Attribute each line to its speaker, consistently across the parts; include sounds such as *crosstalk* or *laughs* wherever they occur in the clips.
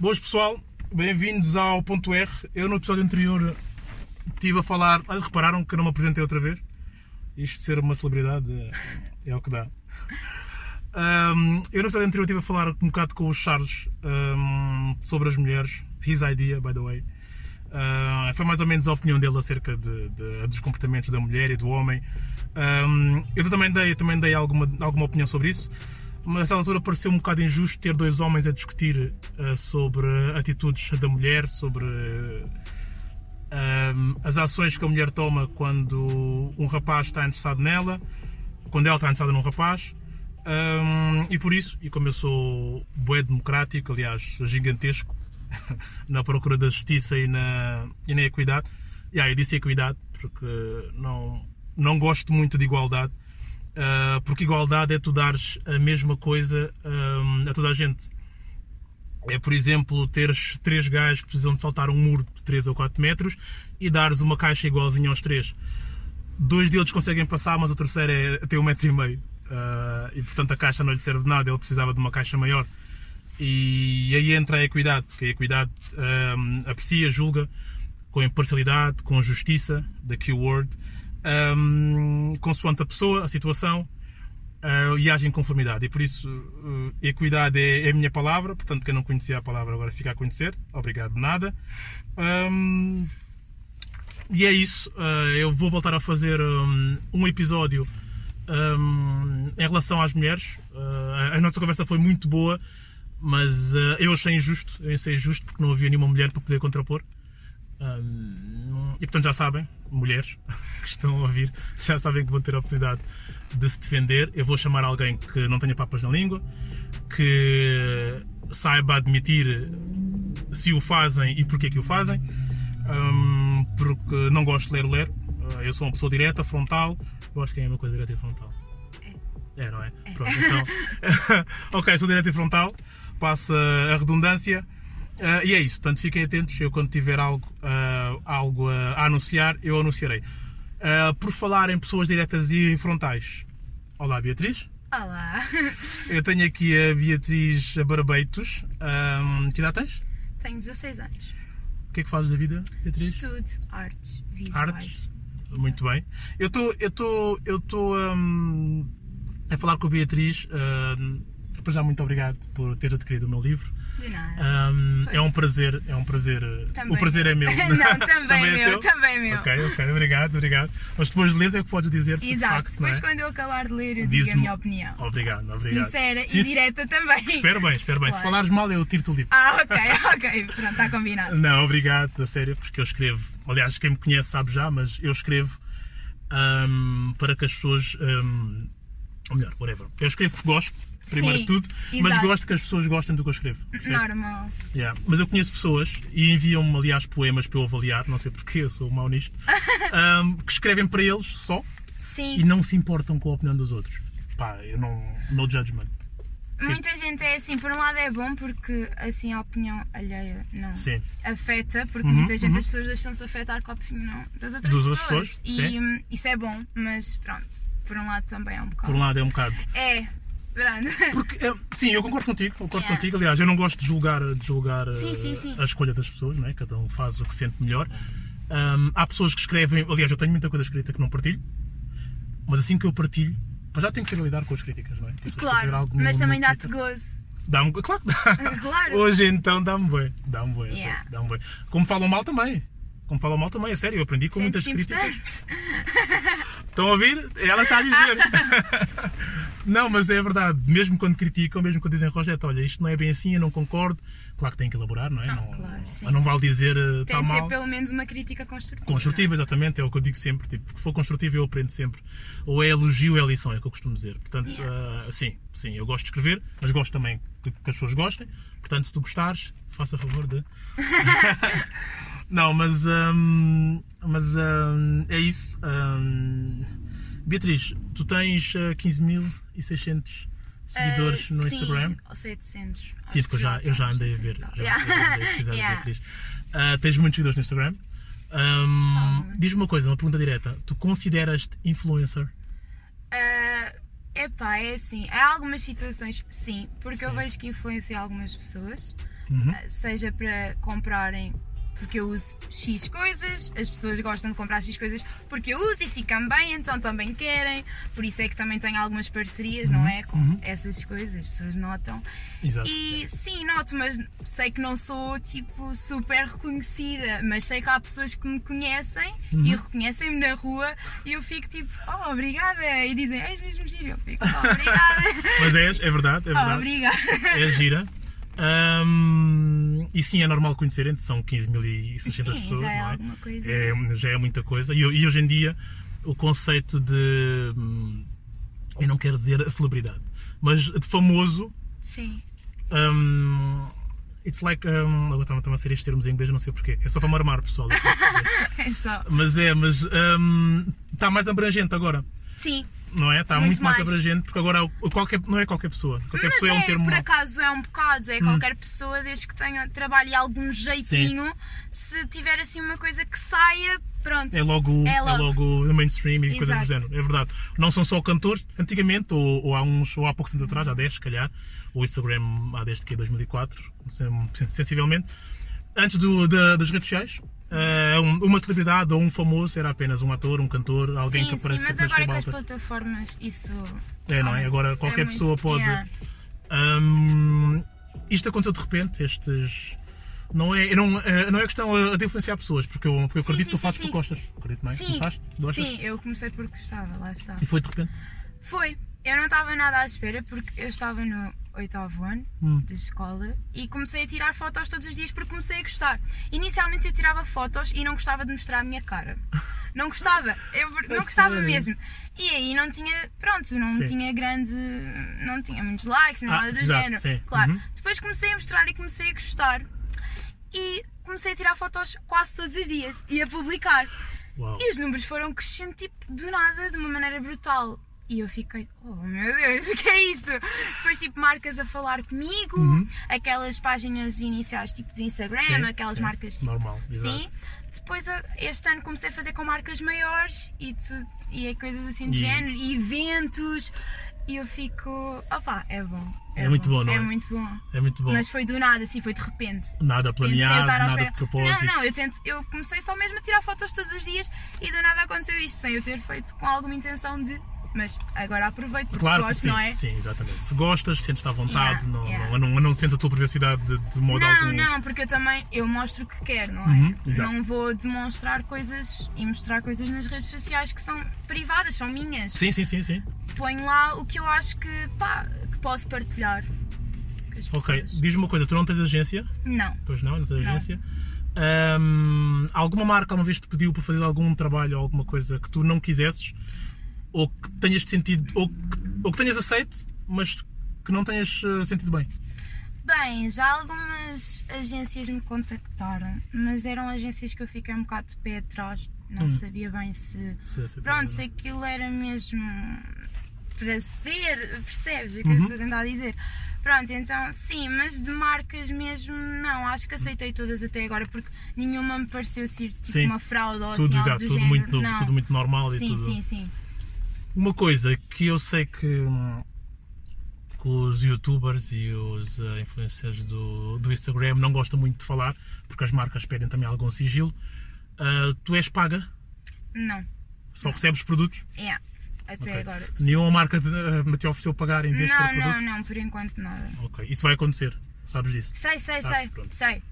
Speaker 1: Boas pessoal, bem-vindos ao Ponto R. Eu no episódio anterior estive a falar. Olha, repararam que eu não me apresentei outra vez? Isto de ser uma celebridade é, é o que dá. Um, eu no episódio anterior estive a falar um bocado com o Charles um, sobre as mulheres. His idea, by the way. Uh, foi mais ou menos a opinião dele acerca de, de- dos comportamentos da mulher e do homem. Um, eu também dei, eu também dei alguma, alguma opinião sobre isso, mas nessa altura pareceu um bocado injusto ter dois homens a discutir uh, sobre atitudes da mulher, sobre uh, um, as ações que a mulher toma quando um rapaz está interessado nela, quando ela está interessada num rapaz. Um, e por isso, e como eu sou bué democrático, aliás, gigantesco, *laughs* na procura da justiça e na, e na equidade, yeah, eu disse equidade porque não, não gosto muito de igualdade, ah, porque igualdade é tu dares a mesma coisa ah, a toda a gente. É, por exemplo, teres três gajos que precisam de saltar um muro de 3 ou 4 metros e dares uma caixa igualzinha aos três. Dois deles conseguem passar, mas o terceiro é, tem um metro e meio. Ah, e portanto a caixa não lhe serve de nada, ele precisava de uma caixa maior. E aí entra a equidade, que a equidade ahm, aprecia, julga com imparcialidade, com justiça, da keyword, ahm, consoante a pessoa, a situação, ah, e age em conformidade. E por isso, uh, equidade é, é a minha palavra, portanto, quem não conhecia a palavra agora fica a conhecer. Obrigado, nada. Ah, Ahm, e é isso. ah, eu vou voltar a fazer hum, um episódio hum, em relação às mulheres. Ah, a nossa conversa foi muito boa, mas ah, eu achei injusto. Eu achei injusto porque não havia nenhuma mulher para poder contrapor. Hum, e portanto já sabem, mulheres *laughs* que estão a ouvir, já sabem que vão ter a oportunidade de se defender. Eu vou chamar alguém que não tenha papas na língua, que saiba admitir se o fazem e porque é que o fazem, Hum, porque não gosto de ler o ler. Uh, Eu sou uma pessoa direta, frontal. Eu acho que é a mesma coisa, direta e frontal. É, não é? Pronto, então. *laughs* ok, sou direto e frontal, passa a redundância. Ah, e é isso, portanto fiquem atentos. Eu, quando tiver algo, ah, algo a, a anunciar, eu anunciarei. Ah, por falar em pessoas diretas e frontais, olá Beatriz.
Speaker 2: Olá!
Speaker 1: Eu tenho aqui a Beatriz Barbeitos. Ah, que idade tens?
Speaker 2: Tenho 16 anos.
Speaker 1: O que é que fazes da vida, Beatriz?
Speaker 2: Estudo artes visuais.
Speaker 1: Artes. Muito bem. Eu estou eu tô, eu tô, hum, a falar com a Beatriz. hum, para já, muito obrigado por teres adquirido o meu livro.
Speaker 2: De nada.
Speaker 1: Hum, é um prazer, é um prazer. eh,
Speaker 2: Também
Speaker 1: o prazer é meu.
Speaker 2: *laughs*
Speaker 1: *laughs* é
Speaker 2: Não, também meu,
Speaker 1: teu?
Speaker 2: também meu.
Speaker 1: Ok, ok, obrigado, obrigado. Mas depois de ler é que podes dizer se de
Speaker 2: Exato.
Speaker 1: facto, não é?
Speaker 2: Depois, quando eu acabar de ler, eu digo a
Speaker 1: Diz-me-
Speaker 2: minha opinião.
Speaker 1: Obrigado, obrigado.
Speaker 2: Sincera
Speaker 1: Sim,
Speaker 2: e
Speaker 1: sim.
Speaker 2: direta também.
Speaker 1: Espero bem, espero bem. Se
Speaker 2: Claro.
Speaker 1: falares mal, eu tiro-te o livro.
Speaker 2: Ah, *laughs* ok, ok. Pronto, está combinado.
Speaker 1: Não, obrigado, a sério, porque eu escrevo. Aliás, quem me conhece sabe já, mas eu escrevo ahm, para que as pessoas. ahm, ou melhor, whatever. Eu escrevo porque gosto, primeiro
Speaker 2: Sim,
Speaker 1: de tudo, mas
Speaker 2: exato.
Speaker 1: gosto que as pessoas gostem do que eu escrevo. percebe?
Speaker 2: Normal.
Speaker 1: Yeah. Mas eu conheço pessoas e enviam-me, aliás, poemas para eu avaliar, não sei porquê, eu sou mau
Speaker 2: *laughs*
Speaker 1: nisto, ahm, que escrevem para eles só e
Speaker 2: Sim,
Speaker 1: não se importam com a opinião dos outros. Pá, eu não. No judgment.
Speaker 2: muita gente é assim. Por um lado é bom porque assim a opinião alheia não
Speaker 1: Sim. Uhum,
Speaker 2: afeta, porque muita gente, as pessoas deixam-se afetar com a opinião das outras
Speaker 1: Dos outras
Speaker 2: pessoas.
Speaker 1: pessoas,
Speaker 2: e
Speaker 1: sim.
Speaker 2: hum, isso é bom, mas pronto, por um lado também é um bocado.
Speaker 1: Por um lado é um bocado.
Speaker 2: É, pronto.
Speaker 1: Porque, eh, sim, eu concordo contigo, concordo
Speaker 2: Yeah.
Speaker 1: contigo. Aliás, eu não gosto de julgar, de julgar eh,
Speaker 2: Sim, sim, sim.
Speaker 1: a escolha das pessoas, não é? cada um faz o que sente melhor. Ahm, há pessoas que escrevem, aliás, eu tenho muita coisa escrita que não partilho, mas assim que eu partilho, pá, já tenho que saber lidar com as críticas, não é? Tipo,
Speaker 2: *laughs*
Speaker 1: escrever
Speaker 2: Claro,
Speaker 1: algo no-
Speaker 2: mas
Speaker 1: no
Speaker 2: também
Speaker 1: Twitter.
Speaker 2: dá-te gozo.
Speaker 1: Dá-me, *laughs* claro que dá.
Speaker 2: *laughs* Claro.
Speaker 1: Hoje então dá-me bem. Dá-me bem, é
Speaker 2: Yeah.
Speaker 1: sério, dá-me bem. Como falam mal também. Como falam mal também, é sério. Eu aprendi com muitas
Speaker 2: Sentes-te
Speaker 1: críticas. tá
Speaker 2: importante.
Speaker 1: Estão a ouvir? Ela está a dizer. *laughs* não, mas é verdade. Mesmo quando criticam, mesmo quando dizem Rogério, olha, isto não é bem assim, eu não concordo. Claro que tem que elaborar, não é? não,
Speaker 2: Ah, claro, sim.
Speaker 1: não vale dizer eh, está
Speaker 2: Tem de ser
Speaker 1: mal.
Speaker 2: pelo menos uma crítica construtiva.
Speaker 1: Construtiva, exatamente, é o que eu digo sempre. Tipo, que for construtivo eu aprendo sempre. Ou é elogio ou é lição, é o que eu costumo dizer. Portanto, ah, sim, sim, eu gosto de escrever, mas gosto também que, que as pessoas gostem. Portanto, se tu gostares, faça
Speaker 2: *laughs*
Speaker 1: favor de. Não, mas, hum, mas hum, é isso. Hum, Beatriz, tu tens ah, 15.600 seguidores
Speaker 2: Ah,
Speaker 1: no
Speaker 2: sim,
Speaker 1: Instagram.
Speaker 2: Ou 700.
Speaker 1: Sim,
Speaker 2: acho
Speaker 1: porque eu
Speaker 2: que
Speaker 1: já, eu já
Speaker 2: temos
Speaker 1: andei a ver.
Speaker 2: 700 tal. *laughs*
Speaker 1: Já, já andei a pesquisar a
Speaker 2: Yeah.
Speaker 1: Beatriz. Ah, tens muitos seguidores no Instagram. Ahm, Diz-me uma coisa, uma pergunta direta. Tu consideras-te influencer?
Speaker 2: Ah, Epá, é assim, há algumas situações, sim, porque eu
Speaker 1: Sim.
Speaker 2: vejo que influencia algumas pessoas. eh, seja para comprarem porque eu uso X coisas, as pessoas gostam de comprar X coisas porque eu uso e ficam bem, então também querem, por isso é que também tenho algumas parcerias, não é? Com essas coisas, as pessoas notam.
Speaker 1: Exato.
Speaker 2: E sim, noto, mas sei que não sou tipo super reconhecida, mas sei que há pessoas que me conhecem e reconhecem-me na rua e eu fico tipo, oh, obrigada! E dizem, és mesmo giro. Eu fico, oh, obrigada!
Speaker 1: Mas és, é verdade, é
Speaker 2: oh, *laughs*
Speaker 1: verdade.
Speaker 2: obrigada!
Speaker 1: É gira. Ahm, e sim, é normal conhecerem, são 15.600
Speaker 2: Sim,
Speaker 1: pessoas,
Speaker 2: já é
Speaker 1: não é?
Speaker 2: alguma coisa.
Speaker 1: É, já é muita coisa. E, e hoje em dia, o conceito de. hum, Eu não quero dizer a celebridade, mas de famoso.
Speaker 2: Sim.
Speaker 1: hum, it's like. Um, agora estava a ser estes termos em inglês, não sei porquê. É só para marmar, *laughs* pessoal.
Speaker 2: É só.
Speaker 1: mas é, mas. hum, Está mais abrangente agora,
Speaker 2: Sim.
Speaker 1: não é? Está muito,
Speaker 2: Muito
Speaker 1: mais.
Speaker 2: mais.
Speaker 1: abrangente, porque agora o- qualquer, não é qualquer pessoa. Qualquer
Speaker 2: Mas
Speaker 1: pessoa é um termo. Hum.
Speaker 2: por acaso é um bocado, é qualquer pessoa, desde que tenha trabalhe algum jeitinho, se tiver assim uma coisa que saia, pronto.
Speaker 1: É logo, é
Speaker 2: É
Speaker 1: logo.
Speaker 2: logo.
Speaker 1: o mainstream e coisas do
Speaker 2: Exato.
Speaker 1: género, é verdade. Não são só cantores, antigamente, ou, ou há uns, ou há poucos anos atrás, há 10 se calhar, o Instagram há desde que é 2004, sen- sensivelmente, antes do, da- das redes sociais, eh, um- uma celebridade ou um famoso era apenas um ator, um cantor, alguém
Speaker 2: sim,
Speaker 1: que
Speaker 2: sim,
Speaker 1: aparece
Speaker 2: mas
Speaker 1: nas
Speaker 2: agora com as
Speaker 1: rebaltas.
Speaker 2: plataformas isso.
Speaker 1: É, não é?
Speaker 2: realmente
Speaker 1: Agora qualquer
Speaker 2: muito-
Speaker 1: pessoa pode.
Speaker 2: Yeah.
Speaker 1: Hum, isto aconteceu de repente, estes. Não é, eu não, eh, não é questão a, a de influenciar pessoas, porque eu, porque eu
Speaker 2: Sim,
Speaker 1: acredito que
Speaker 2: sim,
Speaker 1: tu fazes
Speaker 2: sim,
Speaker 1: por
Speaker 2: sim.
Speaker 1: costas. Acredito, não é?
Speaker 2: Sim,
Speaker 1: Começaste? Gostas?
Speaker 2: sim, eu comecei porque gostava, lá está.
Speaker 1: E foi de repente?
Speaker 2: Foi. Eu não estava nada à espera porque eu estava no oitavo ano
Speaker 1: Hum.
Speaker 2: de escola e comecei a tirar fotos todos os dias porque comecei a gostar. Inicialmente eu tirava fotos e não gostava de mostrar a minha
Speaker 1: *laughs*
Speaker 2: cara. Não gostava, eu não gostava
Speaker 1: sério?
Speaker 2: mesmo. E aí não tinha, pronto, não
Speaker 1: Sim.
Speaker 2: tinha grande, não tinha muitos likes, nem
Speaker 1: Ah,
Speaker 2: nada do
Speaker 1: exato,
Speaker 2: género.
Speaker 1: sim.
Speaker 2: Claro.
Speaker 1: Uhum.
Speaker 2: Depois comecei a mostrar e comecei a gostar e comecei a tirar fotos quase todos os dias e a publicar.
Speaker 1: Uau.
Speaker 2: E os números foram crescendo tipo do nada, de uma maneira brutal. E eu fiquei, oh meu Deus, *laughs* o que é isto? Depois, tipo, marcas a falar comigo, aquelas páginas iniciais, tipo do Instagram,
Speaker 1: Uhum. Sim,
Speaker 2: aquelas
Speaker 1: sim.
Speaker 2: marcas. tipo
Speaker 1: Normal, exato.
Speaker 2: Sim. Depois, a- este ano comecei a fazer com marcas maiores e tudo, e é coisas assim
Speaker 1: E-
Speaker 2: de género, e eventos. E eu fico, opá, é bom.
Speaker 1: É muito bom, não é?
Speaker 2: É muito bom.
Speaker 1: É muito bom.
Speaker 2: Mas foi do nada, assim, foi de repente
Speaker 1: Nada
Speaker 2: sem eu
Speaker 1: planeado,
Speaker 2: estar à
Speaker 1: nada de
Speaker 2: espera.
Speaker 1: propósito.
Speaker 2: Não, não, eu, tento, eu comecei só mesmo a tirar fotos todos os dias e do nada aconteceu isto, sem eu ter feito com alguma intenção de. Mas agora aproveito porque
Speaker 1: Claro que
Speaker 2: gosto,
Speaker 1: sim,
Speaker 2: não é?
Speaker 1: sim, exatamente. Se gostas, sentes-te à vontade,
Speaker 2: Yeah,
Speaker 1: não,
Speaker 2: yeah.
Speaker 1: Não, não, não sentes a tua privacidade de, de modo
Speaker 2: Não,
Speaker 1: algum.
Speaker 2: não, porque eu também eu mostro o que quero, não é?
Speaker 1: Uhum, exato.
Speaker 2: não vou demonstrar coisas e mostrar coisas nas redes sociais que são privadas, são minhas.
Speaker 1: Sim, sim, sim, sim.
Speaker 2: Ponho lá o que eu acho que, pá, que posso partilhar com as
Speaker 1: Ok,
Speaker 2: pessoas.
Speaker 1: diz-me uma coisa, tu não tens agência?
Speaker 2: Não.
Speaker 1: Pois não, não tens
Speaker 2: Não.
Speaker 1: agência. Ahm, alguma marca alguma vez te pediu para fazer algum trabalho ou alguma coisa que tu não quisesses ou que tenhas sentido ou que, ou que tenhas aceito, mas que não tenhas eh, sentido bem?
Speaker 2: Bem, já algumas agências me contactaram, mas eram agências que eu fiquei um bocado de pé atrás. Não
Speaker 1: Hum.
Speaker 2: sabia bem se.
Speaker 1: Se- é? se-
Speaker 2: Pronto, se aquilo era mesmo para ser, percebes o que
Speaker 1: Uhum.
Speaker 2: eu estou a tentar dizer? Pronto, então sim, mas de marcas mesmo, não, acho que aceitei todas até agora porque nenhuma me pareceu ser tipo
Speaker 1: Sim.
Speaker 2: uma fraude ou
Speaker 1: tudo,
Speaker 2: assim,
Speaker 1: exato,
Speaker 2: algo do
Speaker 1: tudo
Speaker 2: género.
Speaker 1: muito novo,
Speaker 2: não.
Speaker 1: tudo muito normal e
Speaker 2: sim,
Speaker 1: tudo.
Speaker 2: sim, sim.
Speaker 1: Uma coisa que eu sei que, hum, que os youtubers e os eh, influencers do, do Instagram não gostam muito de falar, porque as marcas pedem também algum sigilo. Ah, tu és paga,
Speaker 2: Não,
Speaker 1: só recebes produtos.
Speaker 2: yeah, até
Speaker 1: Ok.
Speaker 2: agora.
Speaker 1: Nenhuma marca te, eh, te ofereceu pagar em vez de
Speaker 2: Não,
Speaker 1: ter
Speaker 2: não,
Speaker 1: produto.
Speaker 2: não, por enquanto nada.
Speaker 1: Ok, isso vai acontecer, sabes disso.
Speaker 2: Sei, sei,
Speaker 1: Ah,
Speaker 2: sei,
Speaker 1: pronto.
Speaker 2: sei.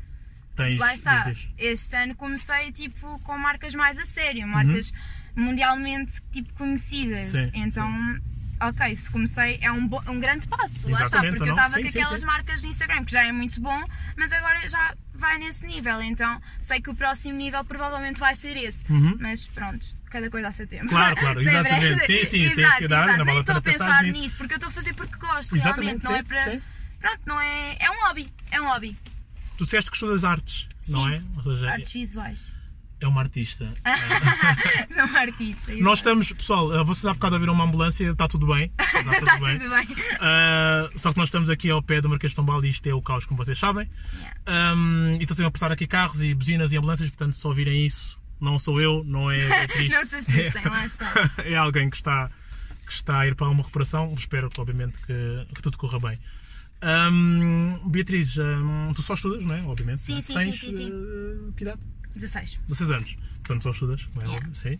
Speaker 1: Tens,
Speaker 2: Lá está.
Speaker 1: diz, diz.
Speaker 2: Este ano comecei tipo com marcas mais a sério, marcas mundialmente tipo conhecidas.
Speaker 1: Uhum. Sim,
Speaker 2: então, ok, se comecei é um, bo- um grande passo. Lá está,
Speaker 1: Exatamente,
Speaker 2: porque
Speaker 1: ou
Speaker 2: eu
Speaker 1: não?
Speaker 2: estava
Speaker 1: Sim,
Speaker 2: com
Speaker 1: sim,
Speaker 2: aquelas
Speaker 1: sim.
Speaker 2: marcas de Instagram que já é muito bom, mas agora já vai nesse nível. Então sei que o próximo nível provavelmente vai ser esse. Mas pronto, cada coisa a seu tempo.
Speaker 1: Uhum. Claro,
Speaker 2: *laughs*
Speaker 1: claro,
Speaker 2: Sempre.
Speaker 1: exatamente. Sim, sim, sem
Speaker 2: exato,
Speaker 1: ansiedade,
Speaker 2: exato.
Speaker 1: não vale
Speaker 2: Nem
Speaker 1: a
Speaker 2: estou
Speaker 1: pena
Speaker 2: a
Speaker 1: pensar
Speaker 2: pensar
Speaker 1: nisso.
Speaker 2: nisso. porque eu estou a fazer porque gosto
Speaker 1: Exatamente,
Speaker 2: realmente, não
Speaker 1: sim,
Speaker 2: é para.
Speaker 1: sim.
Speaker 2: Pronto, não é. É um hobby. É um hobby.
Speaker 1: Tu disseste que estudas artes, não
Speaker 2: Sim.
Speaker 1: é? Ou seja,
Speaker 2: Artes visuais.
Speaker 1: é uma artista.
Speaker 2: São artistas.
Speaker 1: Nós estamos, pessoal, eh, vocês há bocado ouviram uma ambulância, está tudo
Speaker 2: *laughs*
Speaker 1: bem. Está tudo
Speaker 2: Está tudo
Speaker 1: é.
Speaker 2: bem.
Speaker 1: Ah, só que nós estamos aqui ao pé do Marquês de Tombal e isto é o caos, como vocês sabem.
Speaker 2: Yeah.
Speaker 1: Ahm, e estão sempre a passar aqui carros e buzinas e ambulâncias, portanto, se ouvirem isso, não sou eu,
Speaker 2: *laughs*
Speaker 1: não é a Beatriz.
Speaker 2: Não se assustem, lá está.
Speaker 1: *laughs* é alguém que está, que está a ir para uma reparação. Espero que, obviamente, que, que tudo corra bem. Ahm, Beatriz, ahm, tu só estudas, não é? Obviamente.
Speaker 2: Sim,
Speaker 1: não é?
Speaker 2: sim,
Speaker 1: Tens,
Speaker 2: sim, sim, sim.
Speaker 1: eh, que idade?
Speaker 2: 16.
Speaker 1: 16 anos. Portanto, só estudas, não é
Speaker 2: Yeah.
Speaker 1: óbvio? Sim.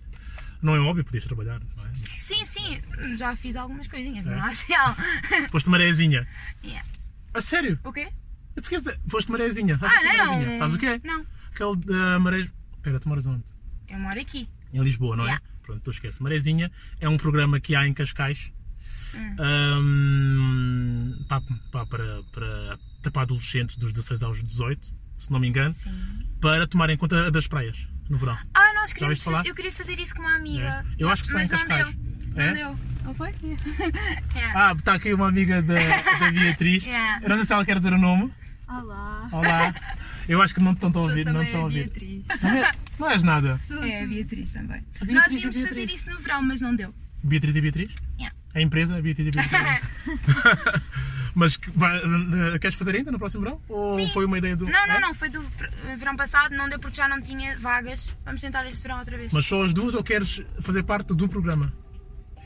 Speaker 1: Não é óbvio, podias trabalhar, não é? Mas
Speaker 2: Sim, sim, já fiz algumas
Speaker 1: É.
Speaker 2: coisinhas, mas não acho real. *laughs*
Speaker 1: Foste marézinha.
Speaker 2: Yeah.
Speaker 1: A sério?
Speaker 2: O quê?
Speaker 1: Eu te quero dizer, foste marézinha. Sabes
Speaker 2: Ah,
Speaker 1: o que é
Speaker 2: não!
Speaker 1: marézinha? Sabes o que é?
Speaker 2: Não,
Speaker 1: Aquele da maré. Pera, tu moras onde?
Speaker 2: eu moro aqui.
Speaker 1: Em Lisboa, não é?
Speaker 2: Yeah.
Speaker 1: Pronto, tu esquece. Marézinha é um programa que há em Cascais.
Speaker 2: Hum.
Speaker 1: Ahm, pá, pá, para, para, para adolescentes dos 16 aos 18, se não me engano, para tomarem conta das praias no verão.
Speaker 2: Ah, nós queríamos.
Speaker 1: ouviste falar?
Speaker 2: faz- Eu queria fazer isso com uma amiga.
Speaker 1: É. Eu acho que só
Speaker 2: mas
Speaker 1: em Cascais.
Speaker 2: Não deu. Não
Speaker 1: É?
Speaker 2: deu. Não foi? Yeah.
Speaker 1: Ah, está aqui uma amiga da, da Beatriz.
Speaker 2: *laughs* Yeah.
Speaker 1: Eu não sei se ela quer dizer o nome.
Speaker 3: Olá,
Speaker 1: Olá. Eu acho que não te estão a
Speaker 3: sou
Speaker 1: ouvir, não
Speaker 3: também
Speaker 1: te estão a
Speaker 3: a
Speaker 1: ouvir.
Speaker 3: Beatriz.
Speaker 1: Não é- Não és nada.
Speaker 3: Sou,
Speaker 2: É, a
Speaker 3: sou.
Speaker 2: Beatriz também.
Speaker 1: Beatriz,
Speaker 2: Nós
Speaker 1: a
Speaker 2: íamos
Speaker 1: Beatriz.
Speaker 2: fazer isso no verão, mas não deu.
Speaker 1: Beatriz e Beatriz?
Speaker 2: Yeah.
Speaker 1: A empresa? é Beatriz e
Speaker 2: *laughs*
Speaker 1: Beatriz. Mas que vai- eh, queres fazer ainda no próximo verão? Ou
Speaker 2: Sim.
Speaker 1: foi uma ideia do.
Speaker 2: Não, não,
Speaker 1: é?
Speaker 2: não. Foi do ver- eh, verão passado, não deu porque já não tinha vagas. Vamos tentar este verão outra vez.
Speaker 1: Mas só as duas ou queres fazer parte do programa?